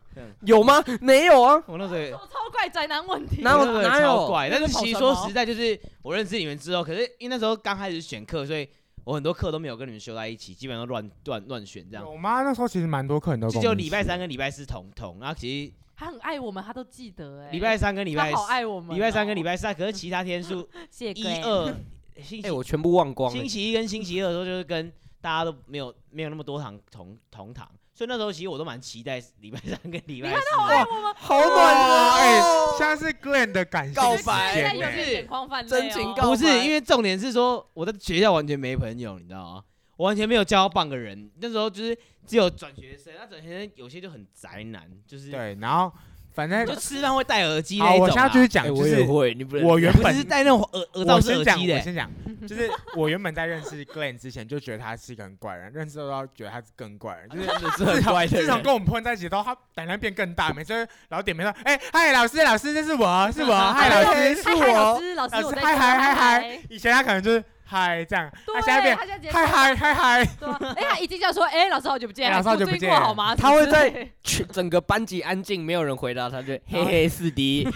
Speaker 3: 有吗？没有啊，
Speaker 5: 我那时候也。
Speaker 2: 我超怪宅男问题。
Speaker 3: 哪有
Speaker 5: 我那时候也
Speaker 3: 哪有
Speaker 5: 超怪，但
Speaker 2: 那
Speaker 5: 是
Speaker 2: 是跑
Speaker 5: 其实
Speaker 2: 山
Speaker 5: 说
Speaker 2: 吗
Speaker 5: 实在，就是我认识你们之后，可是因为那时候刚开始选课，所以我很多课都没有跟你们修在一起，基本上都乱乱乱选这样。
Speaker 1: 有吗？那时候其实蛮多客人都
Speaker 5: 就
Speaker 1: 跟
Speaker 5: 只有
Speaker 1: 我们一
Speaker 5: 礼拜
Speaker 1: 起
Speaker 5: 三跟礼拜四同同，然后其实
Speaker 2: 他很爱我们，他都记得哎。
Speaker 5: 礼拜三跟礼
Speaker 2: 礼
Speaker 5: 拜
Speaker 2: 好爱我们哦。
Speaker 5: 礼拜三跟礼拜四，可是其他天 数
Speaker 2: 谢
Speaker 5: 一
Speaker 2: 龟
Speaker 5: 二星期
Speaker 3: 哎，我全部忘光了
Speaker 5: 星。期一跟星期二的时候，就是跟大家都没有没有那么多堂同同堂，所以那时候其实我都蛮期待礼拜三跟礼拜四。
Speaker 2: 爱我们，
Speaker 3: 好
Speaker 1: 哇哎、
Speaker 3: 哦
Speaker 1: 现在是 Glenn 的感谢
Speaker 3: 告
Speaker 1: 时
Speaker 3: 白
Speaker 2: 现在
Speaker 1: 间
Speaker 2: 有
Speaker 1: 呢
Speaker 2: 点眼眶泛泪哦
Speaker 3: 欸 真情告
Speaker 5: 不是
Speaker 3: 告白
Speaker 5: 因为重点是说我在学校完全没朋友，你知道吗？我完全没有交到半个人，那时候就是只有转学生，那转学生有些就很宅男，就是
Speaker 1: 对，然后反正
Speaker 5: 就吃饭会戴耳机那
Speaker 1: 好，
Speaker 5: 一种、啊。
Speaker 1: 我现在就是讲，
Speaker 3: 哎，
Speaker 1: 就
Speaker 3: 我也
Speaker 1: 是
Speaker 3: 会，你不能
Speaker 1: 我原
Speaker 5: 不
Speaker 1: 本
Speaker 5: 是戴那种耳耳
Speaker 1: 我
Speaker 5: 罩式
Speaker 1: 先
Speaker 5: 耳
Speaker 1: 讲，
Speaker 5: 机的、欸
Speaker 1: 我先讲， 就是我原本在认识 Glenn 之前就觉得他是一个很怪人，认识到觉得他是更怪人，就是
Speaker 3: 真的是
Speaker 1: 自
Speaker 3: 很
Speaker 1: 从
Speaker 3: 怪的
Speaker 1: 自从
Speaker 3: 人。
Speaker 1: 跟我们混在一起之后，他胆量变更大，每次老点名说，哎、嗨老师老师这是我 是我，
Speaker 2: 哎
Speaker 1: 嗨老师
Speaker 2: 嗨嗨老，师，老师
Speaker 1: 哦老师
Speaker 2: 我在
Speaker 1: 嗨
Speaker 2: 家
Speaker 1: 嗨嗨
Speaker 2: 嗨
Speaker 1: 嗨，以前他可能就是嗨这样，他现在
Speaker 2: 对，
Speaker 1: 变
Speaker 2: 啊他现在直接
Speaker 1: 嗨嗨嗨嗨。
Speaker 2: 对啊，哎，他一进教说，哎，老师好久不见，
Speaker 1: 哎老师好久不
Speaker 2: 最近
Speaker 1: 见
Speaker 2: 过好吗？
Speaker 3: 他会在
Speaker 2: 之类的
Speaker 3: 全整个班级安静，没有人回答他，就嘿嘿四 D。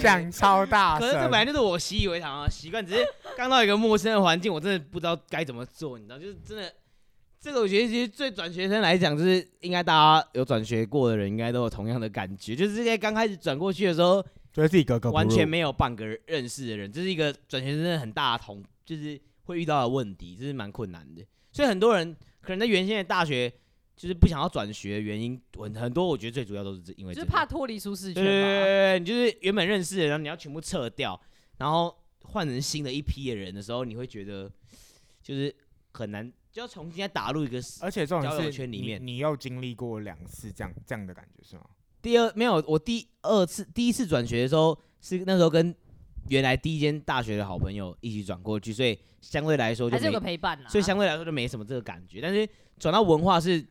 Speaker 1: 讲超大
Speaker 5: 哎
Speaker 3: 哎
Speaker 5: 可是这本
Speaker 1: 声。
Speaker 5: 来就是我习以为常啊，习惯。只是刚到一个陌生的环境，我真的不知道该怎么做，你知道，就是真的。这个我觉得其实对转学生来讲，就是应该大家有转学过的人，应该都有同样的感觉，就是在刚开始转过去的时候，
Speaker 1: 觉得自己格格不入，
Speaker 5: 完全没有半个认识的人，这是一个转学生很大的同，就是会遇到的问题，这是蛮困难的。所以很多人可能在原先的大学就是不想要转学的原因，很很多我觉得最主要都是这因 为
Speaker 2: 就是
Speaker 5: 这个
Speaker 2: 怕脱离舒适
Speaker 5: 对
Speaker 2: 圈
Speaker 5: 对对
Speaker 2: 嘛。
Speaker 5: 对，你就是原本认识的人，然后你要全部撤掉，然后换成新的一批的人的时候，你会觉得就是很难，就要重新再打入一个
Speaker 1: 而且这种
Speaker 5: 交友
Speaker 1: 是
Speaker 5: 圈里
Speaker 1: 你
Speaker 5: 面
Speaker 1: 你又经历过两次这样这样的感觉是吗？
Speaker 5: 第二没有，我第二次第一次转学的时候是那时候跟原来第一间大学的好朋友一起转过去，所以相对来说就
Speaker 2: 还是有
Speaker 5: 没
Speaker 2: 个，陪伴啦。啊
Speaker 5: 所以相对来说就没什么这个感觉。但是转到文化是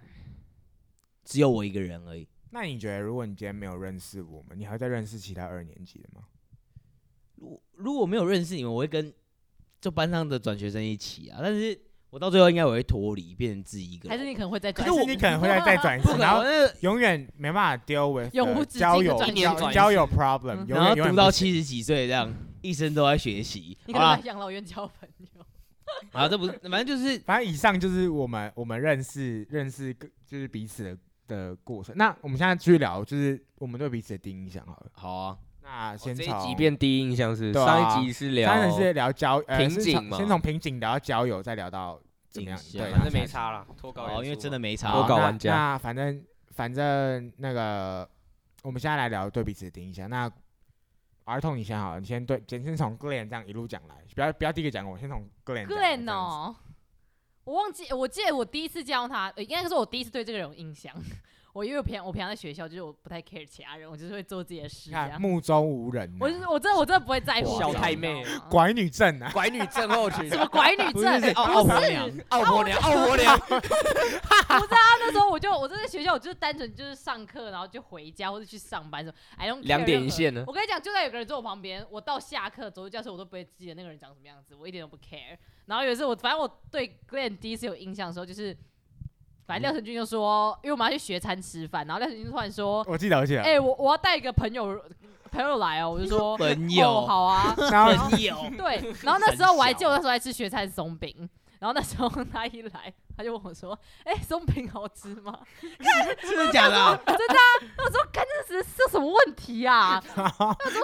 Speaker 5: 只有我一个人而已，
Speaker 1: 那你觉得，如果你今天没有认识我们，你还会再认识其他二年级的吗？
Speaker 5: 如如果没有认识你们，我会跟就班上的转学生一起啊。但是我到最后应该我会脱离，变成自己一个人。
Speaker 2: 还是你可能会再啊
Speaker 1: 可
Speaker 2: 转
Speaker 1: 是
Speaker 2: 身？
Speaker 1: 你可能会再再转
Speaker 5: 不
Speaker 1: 型，
Speaker 5: 可
Speaker 1: 然
Speaker 5: 能，
Speaker 1: 后
Speaker 5: 那个
Speaker 1: 永远没办法 deal with
Speaker 2: 永无
Speaker 1: 呃
Speaker 2: 止境
Speaker 1: 交
Speaker 2: 的
Speaker 1: 友
Speaker 2: 转
Speaker 5: 一年
Speaker 1: 交
Speaker 5: 转
Speaker 1: 交友 problem，
Speaker 2: 嗯
Speaker 1: 永
Speaker 5: 然
Speaker 1: 远永
Speaker 5: 后读
Speaker 1: 远
Speaker 5: 到
Speaker 1: 不行
Speaker 5: 七十几岁这样，一生都在学习。
Speaker 2: 你可
Speaker 5: 好
Speaker 2: 能
Speaker 5: 啦
Speaker 2: 在，养老院交朋友。
Speaker 5: 啊，这不是，反正就是
Speaker 1: 反正以上就是我们我们认识认识各就是彼此的的过程。那我们现在继续聊，就是我们对彼此的第一印象好了。
Speaker 5: 好啊，
Speaker 1: 那先
Speaker 3: 哦这
Speaker 1: 从
Speaker 3: 一集变第一印象是，
Speaker 1: 对啊
Speaker 3: 上一集是聊，
Speaker 1: 当然是聊交呃
Speaker 3: 瓶
Speaker 1: 是
Speaker 3: 颈
Speaker 1: 从
Speaker 3: 嘛
Speaker 1: 先从瓶颈聊到交友，再聊到怎么样
Speaker 5: 景象
Speaker 1: 对，
Speaker 5: 反
Speaker 1: 然后下
Speaker 3: 了，脱
Speaker 2: 啊
Speaker 5: 哦，因为 真的没
Speaker 1: 好
Speaker 5: 差
Speaker 3: 我。搞
Speaker 1: 那
Speaker 3: 玩家
Speaker 1: 那反正反正那个，我们现在来聊对彼此的定义一下。那儿童，你先好了，你先对，先先从 Glen 这样一路讲来，不要不要第一个讲我，先从 Glen 讲来
Speaker 2: Glen，哦，我忘记，我记得我第一次见到他，呃应该是我第一次对这个人有印象。 我因为我平常我平常在学校，就是我不太 care 其他人，我就是会做自己的
Speaker 1: 这
Speaker 2: 事这
Speaker 1: 样子你
Speaker 2: 样
Speaker 1: 看。目中哎无
Speaker 3: 嗯
Speaker 1: 人啊
Speaker 2: 我
Speaker 1: 呐、
Speaker 2: 就是我真的我真的不会在乎
Speaker 1: 小
Speaker 2: 你知
Speaker 1: 太
Speaker 2: 道
Speaker 3: 妹
Speaker 2: 吗
Speaker 1: 拐女症啊，
Speaker 3: 拐女症候 群
Speaker 2: 什，么拐女
Speaker 5: 不
Speaker 2: 症？
Speaker 5: 是是
Speaker 2: 不
Speaker 5: 奥婆
Speaker 2: 是
Speaker 5: 娘
Speaker 3: 奥婆娘，奥婆娘，
Speaker 2: 那时候我就我就在学校，我就是单纯就是上课，然后就回家或者去上班什么。哎，
Speaker 3: 两点一。线呢，
Speaker 2: 我跟你讲，就算有个人坐我旁边，我到下课走入教室，我都不会记得那个人长什么样子，我一点都不 care。然后有一次我，反正我对 Glenn 第一次有印象的时候，就是反正廖承君就说，因为我们要去学餐吃饭，然后廖承君就突然说，
Speaker 1: 我记得我记得。
Speaker 2: 哎、我我要带一个朋友朋友来哦，我就说
Speaker 5: 啊朋
Speaker 2: 哦
Speaker 5: 友，
Speaker 2: 好啊，
Speaker 1: 然 后
Speaker 5: 朋 友，
Speaker 2: 对，然后那时候我还记得我那时候在吃学菜松 饼，然后那时候他一来，他就问我说：“哎、松饼好吃吗
Speaker 5: 是不是假的啊？？”
Speaker 2: 我说：“干这是是什么问题 啊？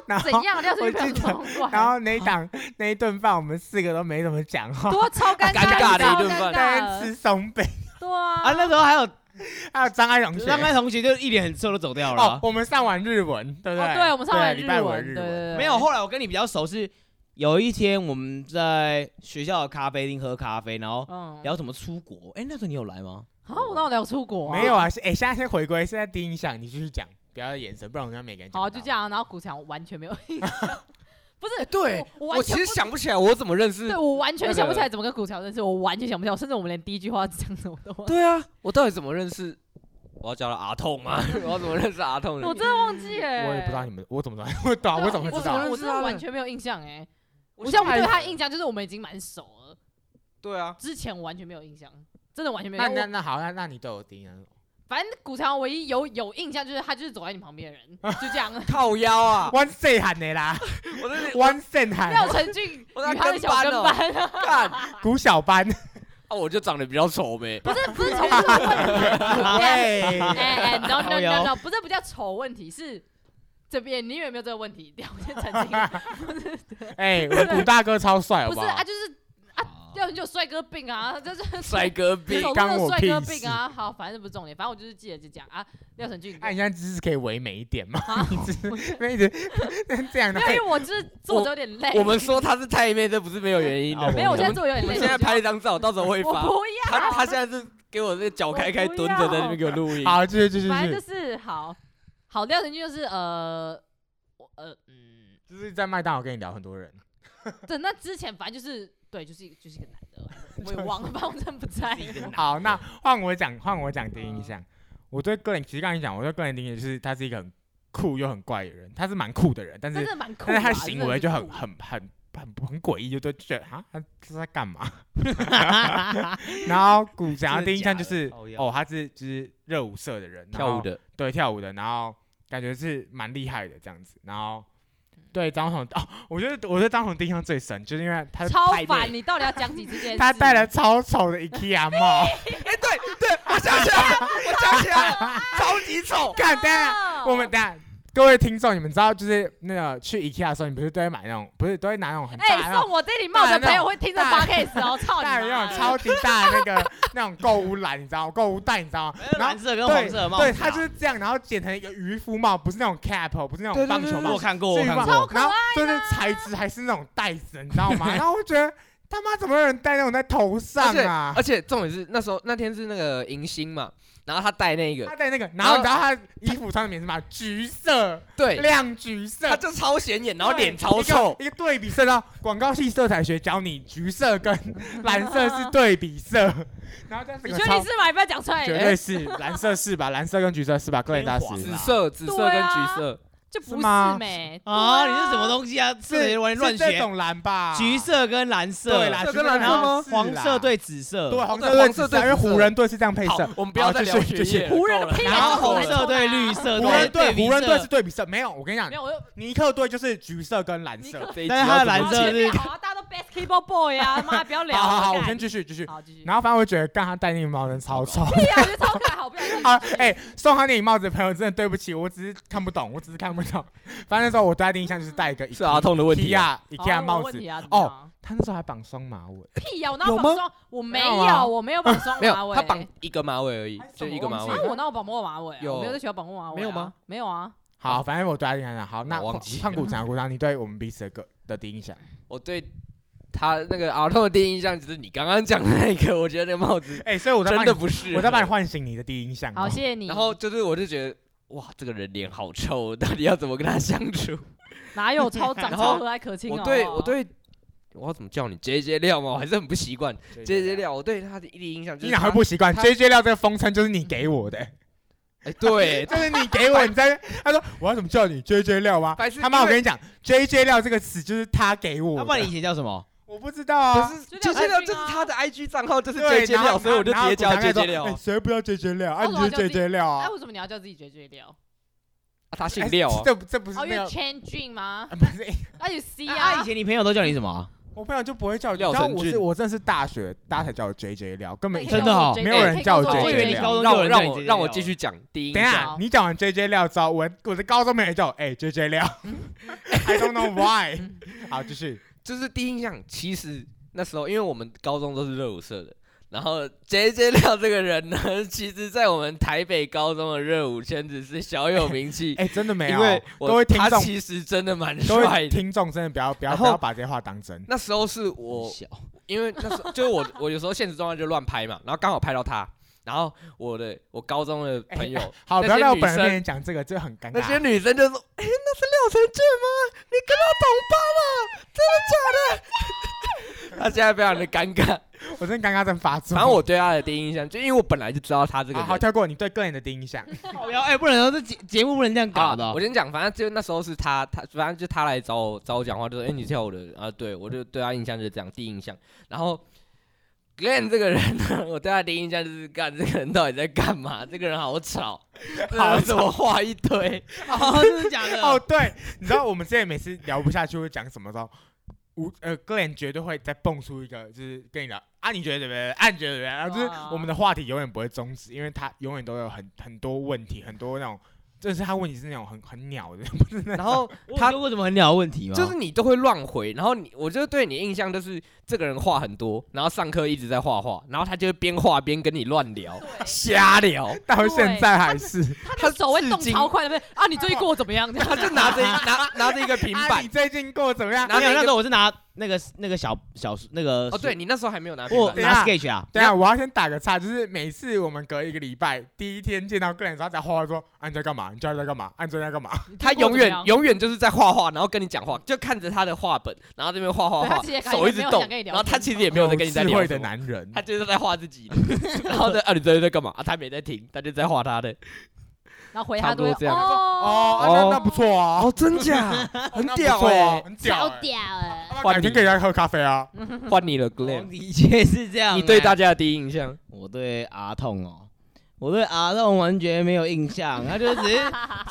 Speaker 1: 然
Speaker 2: 怎
Speaker 1: 后
Speaker 2: 样？廖
Speaker 1: 我
Speaker 2: 水
Speaker 1: 记
Speaker 2: 表
Speaker 1: 得
Speaker 2: 什么怪？”
Speaker 1: 然后那一 档那一顿饭，我们四个都没怎么讲话，
Speaker 2: 多超尴
Speaker 3: 尴尬的一
Speaker 2: 超
Speaker 3: 顿
Speaker 2: 尴
Speaker 3: 饭
Speaker 1: 在那
Speaker 2: 尬
Speaker 1: 边吃松饼，
Speaker 2: 对啊，
Speaker 5: 啊，那时候还有
Speaker 1: 还有张爱同学。
Speaker 5: 张开同学就一脸很臭的走掉了
Speaker 1: 哦
Speaker 5: 啊。，
Speaker 1: 我们上完日文，对不
Speaker 2: 哦
Speaker 1: 对？
Speaker 2: 对，我们上来
Speaker 1: 礼
Speaker 2: 日
Speaker 1: 拜五的
Speaker 2: 文，
Speaker 1: 日
Speaker 2: 对对
Speaker 1: 文。
Speaker 2: 对，
Speaker 5: 没有，后来我跟你比较熟是，有一天我们在学校的咖啡厅喝咖啡，然后
Speaker 2: 嗯，
Speaker 5: 聊怎么出国。哎，那时候你有来吗？
Speaker 2: 啊，我那我聊出国、啊，
Speaker 1: 没有。啊，是哎，现在先回归，现在第一印象，你继续讲，不要眼神，不然我让每个人讲
Speaker 2: 好啊，
Speaker 1: 到
Speaker 2: 就这样啊。然后古强我完全没有印象，不是，
Speaker 3: 对
Speaker 2: 我
Speaker 3: 我
Speaker 2: 完
Speaker 3: 其
Speaker 2: 全
Speaker 3: 实
Speaker 2: 不
Speaker 3: 想不起来我怎么认识
Speaker 2: 对，我完全
Speaker 3: 那
Speaker 2: 想不
Speaker 3: 个
Speaker 2: 起来怎么跟古强认识，我完全想不起来，我甚至我们连第一句话是讲什么都 忘记。
Speaker 3: 对啊，我到底怎么认识？我要叫他阿痛
Speaker 1: 啊
Speaker 3: 吗？我要怎么认识阿痛的？
Speaker 2: 我真的忘记哎、
Speaker 1: 我也不知道你们，我怎么知道？ 我啊懂，我怎么会
Speaker 2: 我
Speaker 1: 知道？
Speaker 2: 我
Speaker 3: 我
Speaker 2: 真
Speaker 3: 真
Speaker 2: 的
Speaker 3: 的
Speaker 2: 完
Speaker 3: 完
Speaker 2: 全没有印象哎、我
Speaker 3: 我
Speaker 2: 像
Speaker 3: 像
Speaker 2: 我
Speaker 3: 我
Speaker 2: 对
Speaker 3: 对
Speaker 2: 他
Speaker 3: 他
Speaker 2: 的印象就是我们已经蛮熟了，
Speaker 3: 对啊，
Speaker 2: 之前完全没有印象，真的完全没有
Speaker 1: 那
Speaker 2: 印
Speaker 1: 那
Speaker 2: 象。我
Speaker 1: 那好，那那你对我第一印象是什么？
Speaker 2: 反正古长唯一有有印象就是他就是走在你旁边 的人，就这样。
Speaker 3: 靠 腰啊，
Speaker 1: one cent 喊的啦
Speaker 3: 我真的
Speaker 1: ，one cent
Speaker 2: 廖
Speaker 1: 喊
Speaker 2: 承俊 与
Speaker 3: 我在
Speaker 2: 他的
Speaker 3: 跟
Speaker 2: 小
Speaker 3: 班
Speaker 2: 跟
Speaker 3: 哦
Speaker 2: 班，啊
Speaker 3: 看
Speaker 1: 古小班，
Speaker 3: 啊，我就长得比较丑呗。
Speaker 2: 不是不是从不是
Speaker 1: 啊喂，
Speaker 2: 哎哎，no no
Speaker 5: 靠
Speaker 2: no
Speaker 5: 腰
Speaker 2: no，不是不叫丑问题是。这边你有没有这个问题？我先 澄清，
Speaker 1: 哎，我古大哥超帅，好
Speaker 2: 不是
Speaker 1: 好
Speaker 2: 啊，？就是廖承俊有帅哥病啊，这是
Speaker 3: 帅哥病，
Speaker 2: 手
Speaker 1: 干
Speaker 2: 上的
Speaker 1: 我
Speaker 2: 帅
Speaker 1: 屁
Speaker 2: 哥
Speaker 1: 事
Speaker 2: 病啊。好，反正这不是重点，反正我就是记得就这样啊。廖承俊，
Speaker 1: 那你现在姿势可以唯美一点吗？
Speaker 2: 啊
Speaker 1: 你只是那一直 这样的
Speaker 2: 没，有，因为我就是坐着有点累。
Speaker 3: 我们说他是太妹，这不是没有原因
Speaker 5: 啊
Speaker 3: 的。
Speaker 2: 哎没有，我
Speaker 5: 我
Speaker 2: 现在
Speaker 5: 们
Speaker 2: 坐着有点
Speaker 3: 我
Speaker 2: 累。
Speaker 3: 现在
Speaker 2: 就
Speaker 3: 拍一张照，到时候会
Speaker 2: 我
Speaker 3: 发。
Speaker 2: 不要，
Speaker 3: 他他现在是给我那脚开开
Speaker 2: 我不
Speaker 3: 蹲着在那
Speaker 2: 要
Speaker 3: 边给我录音。
Speaker 1: 好，继续继续，继
Speaker 2: 反正
Speaker 1: 续
Speaker 2: 就是好好廖承俊就是呃，我呃嗯，
Speaker 1: 就是在麦当劳跟你聊很多人，
Speaker 2: 对，那之前反正就是对，就是一个就是一个男的，我也忘了，反正我真的不在
Speaker 5: 是一个
Speaker 2: 乎
Speaker 5: 男。
Speaker 1: 好，那换我讲，换我讲第一印象。我对个人，其实刚才讲，我对个人的定义就是他是一个很酷又很怪的人，他是蛮酷的人，但
Speaker 2: 真
Speaker 1: 是
Speaker 2: 的蛮酷的
Speaker 1: 但
Speaker 2: 啊，
Speaker 1: 是他的行为就很
Speaker 2: 真的是酷
Speaker 1: 很很很很诡异，就对，就觉得啊，他这是在干 嘛？然后古讲的第一印象就是
Speaker 5: 真的假的靠，腰
Speaker 1: 哦，他是就是热舞社的人，然后
Speaker 3: 跳舞，
Speaker 5: 哦
Speaker 3: 的，
Speaker 1: 对，跳舞的，然后感觉是蛮厉害的这样子，然后。对张彤哦，我觉得我对张彤的印象最深，就是因为他
Speaker 2: 超
Speaker 1: 太累
Speaker 2: 烦，你到底要讲几次这件 事？
Speaker 1: 他戴了超丑的 IKEA 帽，
Speaker 3: 哎，对对，我想起来了，我想起来 了，超级丑。
Speaker 1: 干等一下
Speaker 2: 啊
Speaker 1: 我们等一下，各位听众，你们知道就是那个去 IKEA 的时候，你不是都会买那种，不是都会拿那种很大的
Speaker 2: 哎，
Speaker 1: 那种、
Speaker 2: 送我这顶帽子的朋友会听这
Speaker 1: 大
Speaker 2: podcast 哦，操你
Speaker 1: 大的那
Speaker 2: 妈
Speaker 1: 种
Speaker 2: 的！
Speaker 1: 超级大的那个那种购物篮，你知道吗？购物袋，你知道吗？ 然后
Speaker 5: 蓝色跟黄
Speaker 1: 对
Speaker 5: 色的帽子啊，
Speaker 1: 对，它就是这样，然后剪成一个渔夫帽，不是那种 cap，哦不是那
Speaker 3: 对
Speaker 1: 种
Speaker 3: 对
Speaker 1: 棒
Speaker 3: 对
Speaker 1: 球
Speaker 3: 对
Speaker 1: 帽
Speaker 5: 我，看过，我
Speaker 1: 是
Speaker 5: 看
Speaker 1: 吧
Speaker 5: 过，
Speaker 1: 然后就是材质还是那种袋子，你知道吗？然后我觉得他妈怎么有人戴那种在头上啊？
Speaker 3: 而且重点是那时候那天是那个迎新嘛，然后他戴那个
Speaker 1: 他，戴那个，然后你知道他衣服穿的棉什么？橘色，
Speaker 3: 对，
Speaker 1: 亮橘色，
Speaker 3: 他就超显眼，然后脸
Speaker 1: 对
Speaker 3: 超臭
Speaker 1: 一。个一个对比色到广告系色彩学教你橘色跟蓝色是对比色，然后这样子
Speaker 2: 你
Speaker 1: 个
Speaker 2: 确定
Speaker 1: 超
Speaker 2: 是买不要讲出来？哎
Speaker 1: 绝对是蓝色是吧？蓝色跟橘色是吧？各位大师，
Speaker 5: 天黄
Speaker 3: 紫色、紫色跟
Speaker 2: 对啊
Speaker 3: 橘色，
Speaker 2: 就不
Speaker 1: 是吗
Speaker 2: 没
Speaker 5: 啊，你是什么东西啊？这
Speaker 1: 是
Speaker 5: 人玩乱
Speaker 1: 是这
Speaker 5: 学，
Speaker 1: 种蓝吧？
Speaker 5: 橘色跟蓝色，
Speaker 1: 对啦，
Speaker 5: 然
Speaker 1: 橘
Speaker 3: 这
Speaker 1: 色
Speaker 3: 跟蓝色
Speaker 5: 后
Speaker 1: 蓝
Speaker 3: 吗
Speaker 1: 是啦
Speaker 5: 黄色对紫色，
Speaker 1: 对黄色
Speaker 3: 对
Speaker 1: 对
Speaker 3: 黄
Speaker 1: 紫
Speaker 3: 色
Speaker 1: 色，因
Speaker 3: 对
Speaker 1: 为
Speaker 3: 紫色
Speaker 1: 湖人队是这样配色
Speaker 3: 好，，我们不要再聊学业了，
Speaker 2: 湖人的屁
Speaker 5: 然后红色
Speaker 2: 啊
Speaker 5: 对绿色，
Speaker 1: 湖人
Speaker 5: 对
Speaker 1: 队
Speaker 5: 比
Speaker 1: 湖人队是
Speaker 5: 色，
Speaker 1: 对比色，没有，我跟你讲
Speaker 2: 没，有我又
Speaker 1: 尼克队就是橘色跟蓝
Speaker 2: 尼
Speaker 1: 色
Speaker 2: 克。
Speaker 3: 这一集
Speaker 5: 但是他的
Speaker 3: 要怎么
Speaker 5: 蓝色
Speaker 2: 好
Speaker 3: 剪
Speaker 2: 前
Speaker 5: 是
Speaker 2: 面好啊，大家都 basketball boy 啊，妈不要聊
Speaker 1: 好
Speaker 2: 了。
Speaker 1: 好好，我
Speaker 2: 干
Speaker 1: 先继续继续。
Speaker 2: 好继续。
Speaker 1: 然后反正我觉得，干他戴那顶帽子真超丑。
Speaker 2: 对啊，我觉得超可爱，好不 想
Speaker 1: 好，哎、送他那顶帽子的朋友真的对不起，我只是看不懂，我只是看不懂。反正那时候我对他的印象就是戴一个
Speaker 3: 是阿痛的问题啊，
Speaker 1: 啊，IKEA 帽子。
Speaker 2: 哦
Speaker 1: 哦，他那时候还绑双马尾，
Speaker 2: 屁啊呀！我哪有
Speaker 1: 有
Speaker 2: 绑
Speaker 1: 吗
Speaker 2: 双？我没
Speaker 1: 没有啊
Speaker 2: 有，我没有绑双
Speaker 3: 没
Speaker 2: 马
Speaker 3: 有，
Speaker 2: 尾。
Speaker 3: 他绑一个马尾而已
Speaker 1: 还是，
Speaker 3: 就
Speaker 1: 什么
Speaker 3: 一个马
Speaker 1: 忘
Speaker 3: 尾
Speaker 1: 记
Speaker 2: 啊
Speaker 1: 了，
Speaker 2: 我哪有绑过马尾啊？
Speaker 3: 有
Speaker 2: 我没有在学校绑过马尾啊。
Speaker 3: 没有吗
Speaker 2: 没有啊。
Speaker 1: 好，反正我对他的印象好。那
Speaker 3: 我忘记了
Speaker 1: 胖鼓掌鼓掌，你对我们彼此的个的第一印象？
Speaker 3: 我对他那个阿痛的第一印象就是你刚刚讲的那个，我觉得那个帽子
Speaker 1: 哎、所以我在
Speaker 3: 真
Speaker 1: 帮
Speaker 3: 的
Speaker 1: 你，
Speaker 3: 不是，
Speaker 1: 我在帮你唤醒你的第一印象哦。
Speaker 2: 好，谢谢你。
Speaker 3: 嗯然后就是我就觉得哇，这个人脸好臭，到底要怎么跟他相处？
Speaker 2: 哪有超 长
Speaker 3: 然后
Speaker 2: 超和蔼可亲
Speaker 3: 我
Speaker 2: 哦？
Speaker 3: 对我对。我要怎么叫你 J J 料吗？我还是很不习惯 J J
Speaker 1: 料，
Speaker 3: 料。我对他的第一印象就
Speaker 1: 你
Speaker 3: 是
Speaker 1: 哪会
Speaker 3: 他
Speaker 1: 不习惯
Speaker 3: 他
Speaker 1: ？J J 料这个风称就是你给我的、
Speaker 3: 哎，对，
Speaker 1: 就是你给我，你在他说我要怎么叫你 J J 料吗
Speaker 3: 白痴？
Speaker 1: 他妈，
Speaker 3: 因
Speaker 1: 我
Speaker 3: 为
Speaker 1: 跟你讲，J J 料这个词就是他给我
Speaker 5: 他
Speaker 1: 的
Speaker 5: 不然你以前叫什么？
Speaker 1: 我不知道啊。
Speaker 3: 可是
Speaker 2: 就廖
Speaker 3: J J 料
Speaker 2: 君
Speaker 3: 就是
Speaker 2: 啊
Speaker 3: 他的 I G 账号就是
Speaker 1: 对
Speaker 3: J J
Speaker 1: 然后
Speaker 3: 料，所以我就直
Speaker 1: 然后
Speaker 3: 接叫
Speaker 1: 然后
Speaker 3: J
Speaker 1: 鼓掌跟
Speaker 3: J
Speaker 1: 他说哎
Speaker 3: 料。
Speaker 1: 谁不要 J J 料？啊，
Speaker 2: 哦
Speaker 1: 你就
Speaker 2: 我
Speaker 1: J
Speaker 2: 就
Speaker 1: J 料
Speaker 2: 哎，
Speaker 1: 啊？
Speaker 2: 为什么你要叫自己绝绝料？
Speaker 3: 他姓廖
Speaker 1: 哎
Speaker 3: 啊，
Speaker 1: 这不这不是
Speaker 2: 哦，因
Speaker 1: 那
Speaker 2: 为
Speaker 1: 个
Speaker 2: changing 吗？
Speaker 1: 啊
Speaker 3: 呃
Speaker 1: 不是
Speaker 2: 那就 C
Speaker 5: 啊，
Speaker 2: 啊
Speaker 5: 以。前你朋友都叫你什么啊？
Speaker 1: 我朋友就不会叫
Speaker 3: 廖
Speaker 1: 你知道
Speaker 3: 承
Speaker 1: 我
Speaker 3: 俊
Speaker 1: 是我真的是大学大家才叫我 J J 料，根本以前
Speaker 5: 真的哦
Speaker 1: 没有人叫我
Speaker 5: 我以
Speaker 1: JJ
Speaker 5: 为你
Speaker 1: 料
Speaker 5: 高中
Speaker 3: 让
Speaker 5: 就有
Speaker 3: 我
Speaker 5: 人叫
Speaker 3: 让
Speaker 5: 你 JJ
Speaker 3: 我
Speaker 5: 料
Speaker 3: 让我继续讲第一印
Speaker 1: 等一
Speaker 3: 象。
Speaker 1: 下，你讲完 J J 料之后，我我的高中没人叫我哎 J J 料，I don't know why。好，继续。
Speaker 3: 就是第一印象，其实那时候因为我们高中都是热舞社的，然后 J J 廖这个人呢，其实在我们台北高中的热舞圈子是小有名气，
Speaker 1: 哎，真的没
Speaker 3: 因
Speaker 1: 有，
Speaker 3: 为
Speaker 1: 各
Speaker 3: 我
Speaker 1: 位听
Speaker 3: 他
Speaker 1: 众
Speaker 3: 其实真的蛮
Speaker 1: 各
Speaker 3: 帅
Speaker 1: 位
Speaker 3: 的。
Speaker 1: 听众真的不要不要
Speaker 3: 然
Speaker 1: 不
Speaker 3: 后
Speaker 1: 要把这些话当真。
Speaker 3: 那时候是我，
Speaker 5: 小
Speaker 3: 因为那时候就是我，我有时候现实状态就乱拍嘛，然后刚好拍到他，然后我的我高中的朋友，
Speaker 1: 好，
Speaker 3: 那
Speaker 1: 不要
Speaker 3: 些
Speaker 1: 在我
Speaker 3: 女
Speaker 1: 本人
Speaker 3: 生
Speaker 1: 面前讲这个，这哎很尴
Speaker 3: 那些
Speaker 1: 尬。
Speaker 3: 女生就说：“哎、那是廖承俊吗？你跟他同啊班啊？真的假的？” 他现在非常的尴尬。
Speaker 1: 我真的尴尬症发作。
Speaker 3: 反正我对他的第一印象，就因为我本来就知道他这个
Speaker 1: 好
Speaker 5: 啊
Speaker 3: 人。
Speaker 1: 好跳过你对个人的第一印象。
Speaker 5: 靠腰，哎，不能哦这节节目不能这样搞的
Speaker 3: 好
Speaker 5: 哦
Speaker 3: 啊我。先讲，反正就那时候是他，他反正就他来找我找我讲话，就说：“哎、你跳舞的啊？”对，我就对他印象就是这样，第一印象。然后 Glenn 这个人呢， 我对他的第一印象就是干这个人到底在干嘛？这个人好 吵，
Speaker 1: 好
Speaker 3: 怎么话一堆？
Speaker 5: 哦，真的假的？
Speaker 1: 哦， 对，你知道我们之前每次聊不下去会讲什么时候？我呃，个人绝对会再蹦出一个，就是跟你聊啊，你觉得怎么样？啊，你觉得怎么样？然后
Speaker 3: 哦
Speaker 1: 就是我们的话题永远不会终止，因为他永远都有很很多问题，很多那种，就是他问题是那种很很鸟的， 不是那
Speaker 3: 然
Speaker 1: 种
Speaker 3: 后
Speaker 5: 我
Speaker 3: 他
Speaker 5: 有说过什么很鸟的问题吗？
Speaker 3: 就是你都会乱回，然后你我就对你印象就是这个人话很多，然后上课一直在画画，然后他就会边画边跟你乱聊瞎聊，
Speaker 1: 到现在还是
Speaker 2: 他手会动超快的，啊，你最近过得怎么样？这样
Speaker 3: 他就拿着一拿拿着一个平
Speaker 1: 啊，
Speaker 3: 板
Speaker 1: 你，最近过得怎么样？
Speaker 3: 然后
Speaker 5: 没有，
Speaker 3: 那
Speaker 5: 那
Speaker 3: 个
Speaker 5: 时候我是拿那个那个小小那个
Speaker 3: 哦，对，你那时候还没有拿平
Speaker 5: 我
Speaker 3: 板，
Speaker 1: 等一下
Speaker 5: 拿 sketch 啊，
Speaker 1: 等一下，我要先打个岔，就是每次我们隔一个礼拜，第一天见到个人的时候，他在画画说：“啊，你在干嘛？你知道你在干嘛？啊，你知道你在干嘛？”
Speaker 3: 他永远
Speaker 2: 有
Speaker 3: 永远就是在画画，然后跟你讲话，就看着他的画本，然后这边画画
Speaker 2: 对他
Speaker 3: 画
Speaker 2: 其实也，
Speaker 3: 手一直
Speaker 2: 没有
Speaker 3: 动
Speaker 2: 想跟你，聊
Speaker 3: 然后他
Speaker 2: 天
Speaker 3: 其实也没有在跟你在
Speaker 1: 有智
Speaker 3: 聊
Speaker 1: 慧
Speaker 3: 什
Speaker 1: 的
Speaker 3: 么。
Speaker 1: 男人
Speaker 3: 他，就是在画自己的， 然后呢，啊，你最近在干嘛？啊，他没在听，他就在画他的。
Speaker 2: 然后回他都
Speaker 3: 差
Speaker 2: 会
Speaker 3: 不多这样
Speaker 1: 哦，啊那那不错啊，
Speaker 3: 哦，真 假？很
Speaker 1: 那不
Speaker 3: 屌
Speaker 1: 错啊
Speaker 3: 欸
Speaker 1: 很屌
Speaker 2: 超
Speaker 1: 欸。
Speaker 2: 屌哎！
Speaker 1: 那改天可以来喝咖啡啊。
Speaker 5: 嗯
Speaker 3: 换你了
Speaker 5: 我
Speaker 3: ，Glam。
Speaker 5: 的确是这样。
Speaker 3: 你对
Speaker 5: 哎
Speaker 3: 大家的第一印象？
Speaker 5: 我对阿痛哦，我对阿痛完全没有印象，他 就只是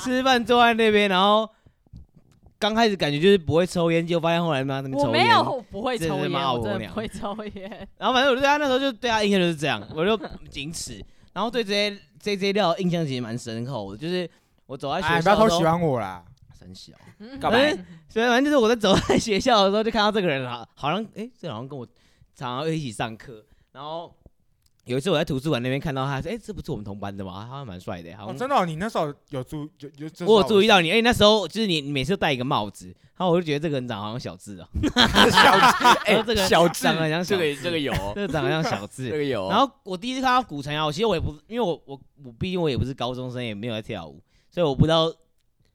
Speaker 5: 吃饭坐在那边，然后刚开始感觉就是不会抽烟，结果发现后来妈他们
Speaker 2: 我
Speaker 5: 抽
Speaker 2: 没
Speaker 5: 烟，
Speaker 2: 有，我不会抽
Speaker 5: 这是
Speaker 2: 烟，
Speaker 5: 骂
Speaker 2: 我
Speaker 5: 我
Speaker 2: 真的
Speaker 5: 娘
Speaker 2: 不会抽烟。
Speaker 5: 然后反正我对他那时候就对他印象就是这样， 我就仅此，然后对这些这些料印象其实蛮深厚的，就是我走在
Speaker 1: 哎，
Speaker 5: 学
Speaker 1: 不要
Speaker 5: 校嗯
Speaker 1: 偷
Speaker 5: 的时
Speaker 1: 喜
Speaker 5: 候，
Speaker 1: 欢我啦。
Speaker 5: 三小，
Speaker 3: 干
Speaker 5: 嘛
Speaker 2: 嗯
Speaker 5: 所以反正就是我在走在学校的时候就看到这个人啊，好像哎、这好像跟我常常一起上课，然后。有一次我在图书馆那边看到他，说：“哎、这不是我们同班的吗？他还蛮帅的，好
Speaker 1: 哦，
Speaker 5: 像
Speaker 1: 真的哦，你那时候有注有有，这时候
Speaker 5: 我有注意到你，哎、那时候就是你，你每次都戴一个帽子，然后我就觉得这个人长得好像小智 哦、
Speaker 3: 小
Speaker 5: 哎这个
Speaker 3: 小智
Speaker 5: 长得很像
Speaker 3: 这
Speaker 5: 小
Speaker 3: 个这个有 哦，
Speaker 5: 这个长得像小
Speaker 3: 这
Speaker 5: 智。
Speaker 3: 个有哦。
Speaker 5: 然后我第一次看到古城啊，我其实我也不，因为我我我毕竟我也不是高中生，也没有在跳舞，所以我不知道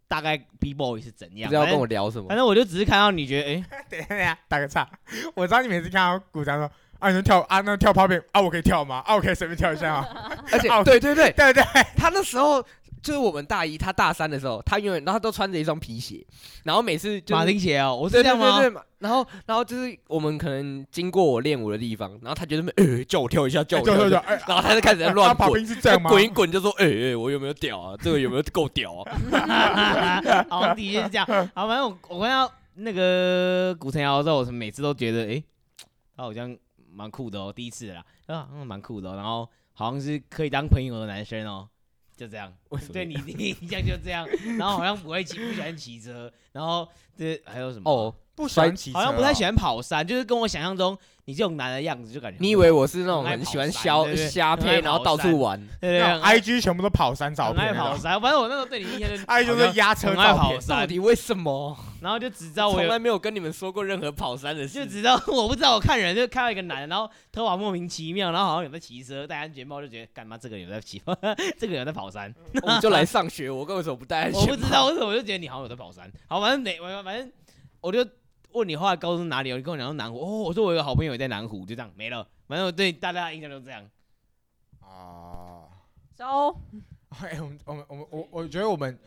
Speaker 5: 大概 B boy 是怎
Speaker 3: 不
Speaker 5: 样。
Speaker 3: 知道
Speaker 5: 反
Speaker 3: 跟我
Speaker 5: 正
Speaker 3: 聊什么
Speaker 5: 反，正我就只是看到你觉得，哎、
Speaker 1: 等一下 打个岔，我知道你每次看到鼓掌说啊，你就跳啊，那跳 popping 啊，我可以跳吗？啊，我可以随便跳一下吗？
Speaker 3: 而且
Speaker 1: 哦
Speaker 3: 对对对，
Speaker 1: 对不对？
Speaker 3: 他那时候就是我们大一，他大三的时候，他永远，然后他都穿着一双皮鞋，然后每次就是
Speaker 5: 马丁鞋哦，我是
Speaker 3: 对
Speaker 5: 这样吗？
Speaker 3: 对对对然后，然后就是我们可能经过我练舞的地方，然后他觉得呃叫我跳一下，叫我跳一下，
Speaker 1: 哎
Speaker 3: 然后他就开始在乱
Speaker 1: 他跑
Speaker 3: 滚，
Speaker 1: 兵是这样吗？
Speaker 3: 滚一滚就说哎哎我有没有屌啊？这个有没有够屌啊？
Speaker 5: 好，的确是这样。好，反正我我看到那个古城瑶之后，我每次都觉得，诶，他好像蛮酷的哦，第一次啦，啊，嗯蛮酷的、哦，然后好像是可以当朋友的男生哦，就这样。
Speaker 3: 为什么
Speaker 5: 对你第一印象就这样，然后好像不会骑，不喜欢骑车，然后这还有什么？
Speaker 3: 哦，
Speaker 1: 不喜欢骑车哦，
Speaker 5: 好像不太喜欢跑山，就是跟我想象中你这种男的样子，就感觉
Speaker 3: 你以为我是那种很喜欢
Speaker 5: 很
Speaker 3: 瞎
Speaker 5: 爱跑山
Speaker 3: 瞎
Speaker 5: 对
Speaker 3: 配，
Speaker 5: 不对
Speaker 3: 然后到处玩？
Speaker 5: 对对
Speaker 1: 那
Speaker 5: 对
Speaker 1: 种，IG 全部都跑山照
Speaker 5: 啊很爱
Speaker 1: 片，啊
Speaker 5: 跑山，反正我那时候对你印象就是
Speaker 1: IG 就
Speaker 5: 好像
Speaker 1: 是压车
Speaker 5: 很爱
Speaker 1: 照
Speaker 5: 跑
Speaker 1: 片，
Speaker 3: 到
Speaker 5: 山，
Speaker 3: 底为什么？
Speaker 5: 然后就只知道我
Speaker 3: 从
Speaker 5: 有
Speaker 3: 来没有跟你们说过任何跑山的
Speaker 5: 就
Speaker 3: 事。
Speaker 5: 知道我不知道，我看人就看到一个男的，然后头发莫名其妙，然后好像有在骑车，戴安全帽，就觉得干嘛这个有在骑， 这个有在跑山，
Speaker 3: 我们哦就来上学，我为什么不带安全
Speaker 5: 我
Speaker 3: 帽？
Speaker 5: 不 知道为什么，我就觉得你好像有在跑山。好，反正每反反正我就问你后来高中哪里，有，你跟我讲到南湖，哦，我说我有个好朋友也在南湖，就这样没了。反正我对大家的印象都这样。
Speaker 1: 哦，
Speaker 2: So，
Speaker 1: 哎，我们我们我们我我觉得我们。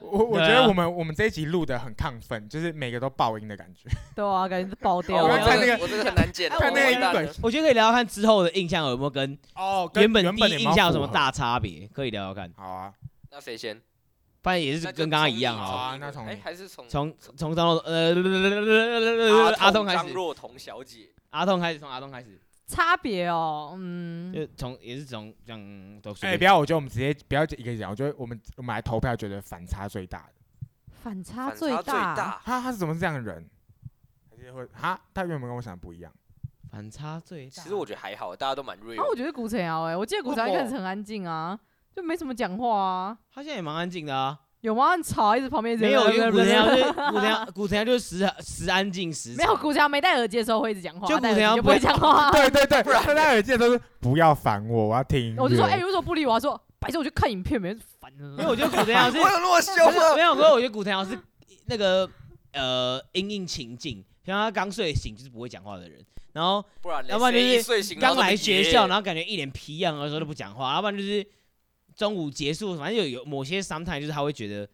Speaker 1: 我我觉
Speaker 5: 啊
Speaker 1: 得我们我们这一集录的很亢奋，就是每个都爆音的感觉。
Speaker 2: 对啊，感觉是爆掉
Speaker 5: 哦我
Speaker 1: 我
Speaker 5: 要
Speaker 1: 要看
Speaker 2: 了。
Speaker 1: 那个
Speaker 4: 我这个很难剪啊，
Speaker 1: 看那个
Speaker 4: 我
Speaker 1: 音
Speaker 4: 完蛋
Speaker 1: 轨
Speaker 4: 了
Speaker 5: 我觉得可以聊聊看之后的印象有没有跟
Speaker 1: 哦，跟
Speaker 5: 原本
Speaker 1: 原
Speaker 5: 第一
Speaker 1: 的
Speaker 5: 印象有什
Speaker 1: 符
Speaker 5: 么
Speaker 1: 合？
Speaker 5: 大差别，可以聊聊看。
Speaker 1: 好啊，
Speaker 4: 那谁先？
Speaker 5: 反正也是
Speaker 4: 那就
Speaker 5: 跟刚刚一样
Speaker 4: 从你
Speaker 1: 好
Speaker 5: 啊。
Speaker 1: 啊那从你
Speaker 4: 哎，还是从
Speaker 5: 从从张若呃阿通开
Speaker 4: 张
Speaker 5: 始，
Speaker 4: 若彤小姐，
Speaker 5: 阿通开始，从阿通开始。
Speaker 2: 差别哦，嗯，
Speaker 5: 就从也是从这样都
Speaker 1: 哎，
Speaker 5: 随
Speaker 1: 不
Speaker 5: 便。
Speaker 1: 要，我觉得我们直接不要一个一个讲，我觉得我们我们来投票，觉得反差最大的。
Speaker 2: 反差
Speaker 4: 反
Speaker 2: 最
Speaker 4: 差最大，
Speaker 1: 他他是怎么是这样的人？还是会哈？他原本跟我想的不一样。
Speaker 5: 反差最大。
Speaker 4: 其实我觉得还好，大家都蛮
Speaker 2: 啊，我
Speaker 4: real。
Speaker 2: 觉得古城瑶哎，我记得古城瑶一开始很安静啊，就没什么讲话啊，
Speaker 5: 他现在也蛮安静的啊，
Speaker 2: 有吗？很吵，一直旁边一直
Speaker 5: 没有因为古田洋就是古田洋，古田洋就是时时安静时
Speaker 2: 没有古城瑶没戴耳机的时候会一直讲话，
Speaker 5: 就古
Speaker 2: 戴耳
Speaker 5: 城
Speaker 2: 机
Speaker 5: 瑶
Speaker 2: 就
Speaker 5: 不
Speaker 2: 不会
Speaker 5: 会
Speaker 2: 讲话。
Speaker 1: 对对对，他戴耳机的时候说不要烦我，我要听音乐。
Speaker 2: 我就说哎，你为什么不理我？他说白痴，我去看影片，没人烦的。
Speaker 5: 因为我觉得古田洋 是
Speaker 4: 我有那么凶
Speaker 5: 不是
Speaker 2: 啊
Speaker 4: 吗？
Speaker 5: 没有，因为我觉得古田洋是那个呃因应情境，像他刚睡醒就是不会讲话的人，然后
Speaker 4: 不然嘞，
Speaker 5: 要不然就是
Speaker 4: 谁一睡醒
Speaker 5: 刚来学校，然
Speaker 4: 呢，
Speaker 5: 后感觉一脸皮样的时候都不讲话，要不然就是中午结束，反正有有某些 sometime 就是他会觉得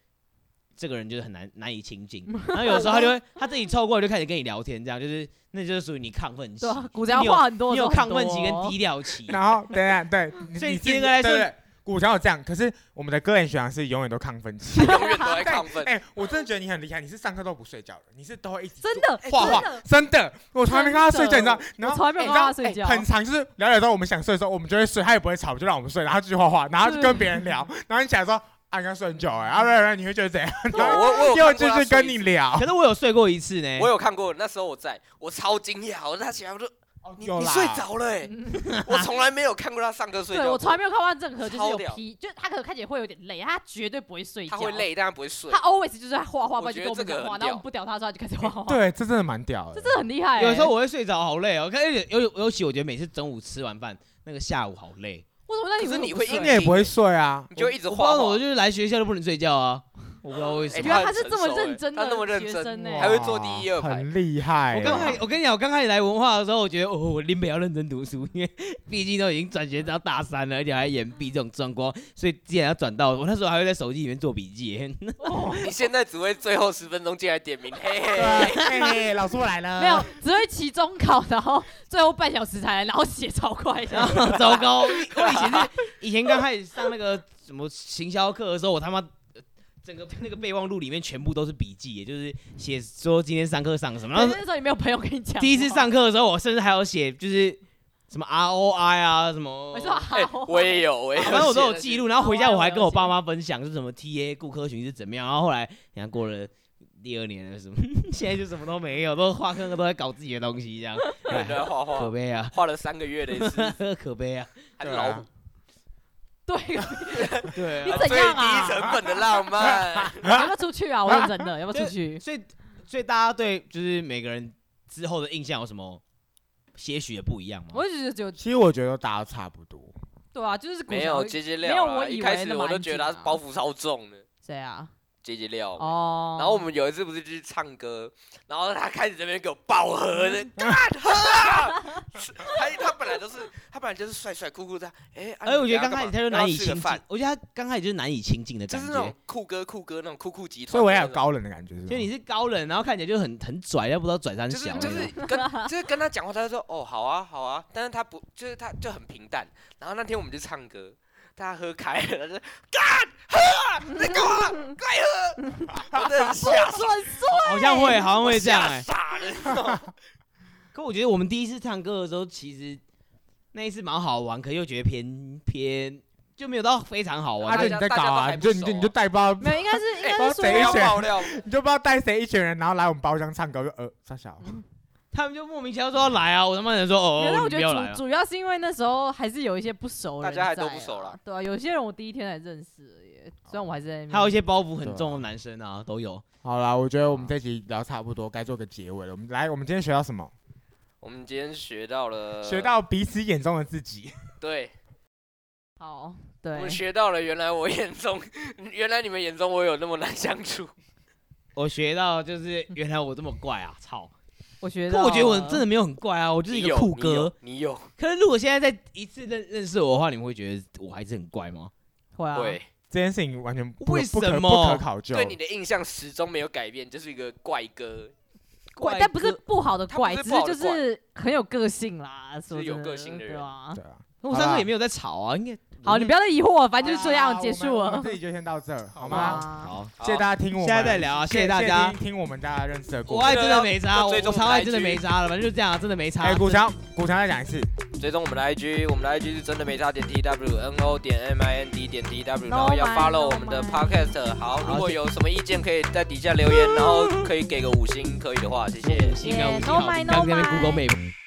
Speaker 5: 这个人就是很难难以 亲近，然后有时候他就会他自己凑过来就开始跟你聊天，这样就是那就是属于你亢奋期
Speaker 2: 对，啊，古城瑶话很多，
Speaker 5: 你有亢奋期跟
Speaker 2: 低，
Speaker 5: 低调期，
Speaker 1: 然后等一下 对，你
Speaker 5: 所以
Speaker 1: 你
Speaker 5: 严
Speaker 1: 是
Speaker 5: 格来说
Speaker 1: 对对对古桥有这样，可是我们的歌演学长是永远都亢奋期。
Speaker 4: 他 永远都在亢 奋。
Speaker 1: 哎、我真的觉得你很厉害，你是上课都不睡觉的，你是都会一直
Speaker 2: 真的哎
Speaker 1: 画
Speaker 2: 真的
Speaker 1: 画，真的，我从来没看他睡觉，你
Speaker 2: 真
Speaker 1: 知
Speaker 2: 的
Speaker 1: 道？然
Speaker 2: 我
Speaker 1: 后
Speaker 2: 从来没有
Speaker 1: 哎
Speaker 2: 看到他
Speaker 1: 你知道
Speaker 2: 睡觉。
Speaker 1: 哎很长，就是聊聊到我们想睡的时候，我们就会睡，他也不会吵，就让我们睡，然后他就去画画，然后就跟别人聊，然后你起来说啊，你刚睡很久哎、啊不然不然你会觉得 怎样？
Speaker 4: 我
Speaker 2: 啊
Speaker 4: 我我有
Speaker 1: 又
Speaker 4: 看
Speaker 1: 就
Speaker 4: 过他
Speaker 1: 是
Speaker 4: 睡
Speaker 1: 跟
Speaker 4: 一
Speaker 1: 你
Speaker 4: 次
Speaker 1: 聊
Speaker 5: 可，是我有睡过一次呢
Speaker 4: 我，有看过，那时候我在，我超惊讶，我那起来我就你
Speaker 1: 哦有
Speaker 4: 你
Speaker 1: 啦
Speaker 4: 睡着了 欸，我从来没有看过他上课睡
Speaker 2: 嗯对
Speaker 4: 觉，
Speaker 2: 我从来没有看过他任何就是
Speaker 4: 超
Speaker 2: 有
Speaker 4: 屌
Speaker 2: 皮，就是他可能看起来会有点累，他绝对不会睡觉，
Speaker 4: 他会，累，但他不会睡
Speaker 2: 他。always 就是在画画，
Speaker 4: 我
Speaker 2: 不然
Speaker 4: 觉得
Speaker 2: 就跟我
Speaker 4: 这
Speaker 2: 们
Speaker 4: 个
Speaker 2: 讲话，
Speaker 4: 很
Speaker 2: 然后我
Speaker 4: 屌
Speaker 2: 们不屌他的时候，他就开始画画，
Speaker 1: 对，这真的蛮屌的
Speaker 2: 这。真的很厉害欸。
Speaker 5: 有时候我会睡着，好累哦。可是尤尤其我觉得每次中午吃完饭那个下午好累，
Speaker 2: 为什么？那你
Speaker 4: 可是
Speaker 2: 为
Speaker 4: 你
Speaker 2: 什么
Speaker 4: 会
Speaker 2: 不
Speaker 4: 因
Speaker 1: 你
Speaker 2: 睡
Speaker 1: 也不会睡啊，
Speaker 4: 你就一直
Speaker 5: 我不知
Speaker 4: 画
Speaker 5: 道为什么我
Speaker 4: 画，
Speaker 5: 就是来学校就不能睡觉啊，我不知道为什
Speaker 4: 哎
Speaker 5: 么
Speaker 2: 原。
Speaker 4: 他很
Speaker 2: 来他是这么
Speaker 4: 成熟欸
Speaker 2: 认真
Speaker 4: 他那么
Speaker 2: 的
Speaker 4: 认
Speaker 2: 学
Speaker 4: 真
Speaker 2: 生呢、欸
Speaker 1: 哇
Speaker 4: 还会坐第一二排
Speaker 1: 很厉害欸。
Speaker 5: 我刚开，我跟你讲，我刚开始来文化的时候，我觉得哦，我林北要认真读书，因为毕竟都已经转学到大三了，而且还延毕这种状况，所以既然要转到，我那时候还会在手机里面做笔记。
Speaker 4: 你现在只会最后十分钟进来点名，嘿
Speaker 1: 对
Speaker 4: 嘿，
Speaker 1: 啊，嘿嘿老师我来了。
Speaker 2: 没有，只会期中考，然后最后半小时才来，然后写超快
Speaker 5: 然
Speaker 2: 的。
Speaker 5: 后糟糕，我以前是以前刚开始上那个什么行销课的时候，我他妈。呃整个那个备忘录里面全部都是笔记，也就是写说今天上课上什么。 然
Speaker 2: 可
Speaker 5: 后
Speaker 2: 是那时候你没有朋友跟你讲。
Speaker 5: 第一次上，课的时候，我甚至还有写就是什么 ROI 啊什么
Speaker 2: 我，说好、
Speaker 4: 哎，我也有，我也有，
Speaker 5: 反正我都有记录。然后回
Speaker 3: 哦
Speaker 5: 家我还跟我爸
Speaker 2: 好
Speaker 5: 妈分享是什么 TA 顾客群是怎么样。然后后来你看过了第二年了什么， 现在就什么都没有，都画课都在搞自己的东西这 样，
Speaker 4: 对，都在
Speaker 5: 哎
Speaker 4: 画
Speaker 5: 可
Speaker 4: 画，
Speaker 5: 悲啊，
Speaker 4: 画了三个月的一次，
Speaker 5: 可悲啊，
Speaker 4: 还是
Speaker 1: 对啊
Speaker 4: 老虎，
Speaker 2: 对，
Speaker 5: 对啊
Speaker 2: 你
Speaker 4: 最
Speaker 2: 怎样
Speaker 4: 低
Speaker 2: 啊？
Speaker 4: 成本的浪漫。
Speaker 2: 要不要出去啊？我认真的，要不要出去？
Speaker 5: 所以所以大家对就是每个人之后的印象有什么些许的不一样吗？
Speaker 2: 我就觉得只有
Speaker 1: 其实我觉得大家都差不多。
Speaker 2: 对啊，就是古
Speaker 4: 没
Speaker 2: 城
Speaker 4: 有
Speaker 2: 瑶
Speaker 4: 接接
Speaker 2: 没有
Speaker 4: 料啦，
Speaker 2: 我以
Speaker 4: 一
Speaker 2: 为
Speaker 4: 开
Speaker 2: 那
Speaker 4: 始
Speaker 2: 么
Speaker 4: 我都
Speaker 2: 安
Speaker 4: 觉
Speaker 2: 静
Speaker 4: 得他
Speaker 2: 啊
Speaker 4: 包袱超重的，
Speaker 2: 谁啊？
Speaker 3: 接接料。
Speaker 2: 哦，
Speaker 3: 然后我们有一次不是去唱歌，然后他开始这边给我爆喝 的，干喝啊！是他他本来就是他本来就是帅帅酷酷的，哎、啊
Speaker 5: 哎，我
Speaker 3: 你
Speaker 5: 觉得
Speaker 3: 等下
Speaker 5: 刚
Speaker 3: 干
Speaker 5: 开始
Speaker 3: 嘛
Speaker 5: 他就难以
Speaker 3: 然后吃个
Speaker 5: 亲近
Speaker 3: 饭，
Speaker 5: 我觉得他刚开始就是难以亲近的
Speaker 3: 就
Speaker 5: 感
Speaker 3: 是那种
Speaker 5: 觉，
Speaker 3: 酷哥酷哥那种酷酷集团，
Speaker 1: 所以我也有，高冷的感觉，是吗
Speaker 5: 就你是高冷，然后看起来就很很拽，但不知道拽三
Speaker 3: 就是
Speaker 5: 小那哦
Speaker 3: 就
Speaker 5: 种。
Speaker 3: 是跟 就是跟他讲话，他就说哦好啊好啊，但是他不就是他就很平淡。然后那天我们去唱歌，他喝开了，他就干喝啊，你干嘛？快喝！我真的是吓死，
Speaker 2: 算数，
Speaker 5: 好像会， 好像
Speaker 3: 我
Speaker 5: 会这样
Speaker 3: 吓
Speaker 5: 哎、
Speaker 3: 傻了你知道吗。
Speaker 5: 可我觉得我们第一次唱歌的时候，其实那一次蛮好玩，可又觉得偏偏就没有到非常好
Speaker 1: 啊，
Speaker 5: 玩。
Speaker 1: 就
Speaker 5: 就
Speaker 1: 你
Speaker 3: 大
Speaker 1: 在
Speaker 3: 家
Speaker 1: 搞
Speaker 3: 大家都
Speaker 1: 啊，
Speaker 3: 还
Speaker 1: 你
Speaker 3: 不
Speaker 1: 就你就
Speaker 3: 熟
Speaker 1: 你就带包，
Speaker 2: 没有，应该是应该是
Speaker 1: 哎
Speaker 3: 不
Speaker 1: 谁
Speaker 3: 要
Speaker 1: 选
Speaker 2: 说，
Speaker 3: 爆料，
Speaker 1: 你就不知道带谁一群人，然后来我们包厢唱歌，就呃，傻小，
Speaker 5: 他们就莫名其妙说要来啊，我他妈想说哦
Speaker 2: 没有，但，我
Speaker 5: 你
Speaker 2: 觉
Speaker 5: 不要来
Speaker 2: 得
Speaker 5: 啊
Speaker 2: 主。主要是因为那时候还是有一些不熟的人在啊，
Speaker 3: 大家还都不熟啦
Speaker 2: 对啊，有些人我第一天才认识而已，虽然我还是在那边
Speaker 5: 还有一些包袱很
Speaker 1: 对啊
Speaker 5: 重的男生啊，都有。
Speaker 1: 好啦，我觉得我们这集聊差不多，该做个结尾了。我们来，我们今天学到什么？
Speaker 3: 我们今天学到
Speaker 5: 呃
Speaker 3: 了，
Speaker 1: 学到彼此眼中的自己。
Speaker 3: 对，
Speaker 2: 好
Speaker 3: 我
Speaker 2: 对
Speaker 3: 们学到了，原来我眼中，原来你们眼中我有那么难相处。
Speaker 5: 我学到就是原来我这么怪啊，操！
Speaker 2: 我觉得，哦
Speaker 5: 可我觉得我真的没有很怪啊，我 就是一
Speaker 3: 你
Speaker 5: 个
Speaker 3: 有
Speaker 5: 酷
Speaker 3: 你
Speaker 5: 哥
Speaker 3: 有。你有
Speaker 5: 可是如果现在再一次认认识我的话，你们会觉得我还是很怪吗？
Speaker 2: 会啊，
Speaker 3: 对，
Speaker 1: 这件事情完全不
Speaker 5: 为
Speaker 1: 不可
Speaker 5: 什
Speaker 1: 不
Speaker 5: 么
Speaker 1: 可考究。
Speaker 3: 对你的印象始终没有改变，就是一个怪哥，
Speaker 2: 怪，但不是
Speaker 5: 哥，
Speaker 2: 不好的
Speaker 3: 他
Speaker 2: 怪，
Speaker 3: 不
Speaker 2: 只是
Speaker 3: 是不好
Speaker 2: 就
Speaker 3: 的
Speaker 2: 是很有个性啦，说
Speaker 3: 是有
Speaker 2: 真
Speaker 3: 个性的
Speaker 2: 对
Speaker 3: 人嗯
Speaker 2: 吧？
Speaker 1: 对啊，
Speaker 5: 我上课也没有在吵啊，应该。
Speaker 2: 好，你不要再疑惑
Speaker 5: 啊
Speaker 2: 了，反正就是
Speaker 1: 好
Speaker 2: 这
Speaker 1: 啦
Speaker 3: 啊
Speaker 2: 样结束
Speaker 1: 我们我
Speaker 2: 了
Speaker 1: 们，这集就先到这儿，好
Speaker 2: 好
Speaker 1: 吗？
Speaker 2: 吗？
Speaker 5: 好，啊
Speaker 1: 谢谢大家听我们，
Speaker 5: 现在再聊啊，谢谢大家
Speaker 1: 听。听我们大家认识的故
Speaker 5: 我
Speaker 1: 事。
Speaker 5: 爱真的没差，
Speaker 3: 要
Speaker 5: 我
Speaker 3: 追
Speaker 5: 我
Speaker 3: 踪我们
Speaker 5: 超爱
Speaker 3: 的
Speaker 5: 真的
Speaker 3: IG
Speaker 5: 没差了，反正就这样啊，真的没差。
Speaker 1: 哎，古强，古强再讲一次。
Speaker 3: 好。追踪我们的 IG，我们的 IG 是真的没差点 T W N O 点 M I N D 点 T W，然后要
Speaker 2: No mind,
Speaker 3: follow
Speaker 2: no
Speaker 3: 我们的
Speaker 2: mind
Speaker 3: Podcast。好，
Speaker 5: 好
Speaker 3: 如果
Speaker 5: 谢
Speaker 3: 有什么意见可以在底下留言，然后可以给个五星，可以的话，谢谢。
Speaker 5: 五星啊，
Speaker 2: Yeah，
Speaker 5: 五星啊，五星
Speaker 2: no
Speaker 5: 啊，
Speaker 2: mind，
Speaker 5: 你刚刚在
Speaker 2: no
Speaker 5: Google Map。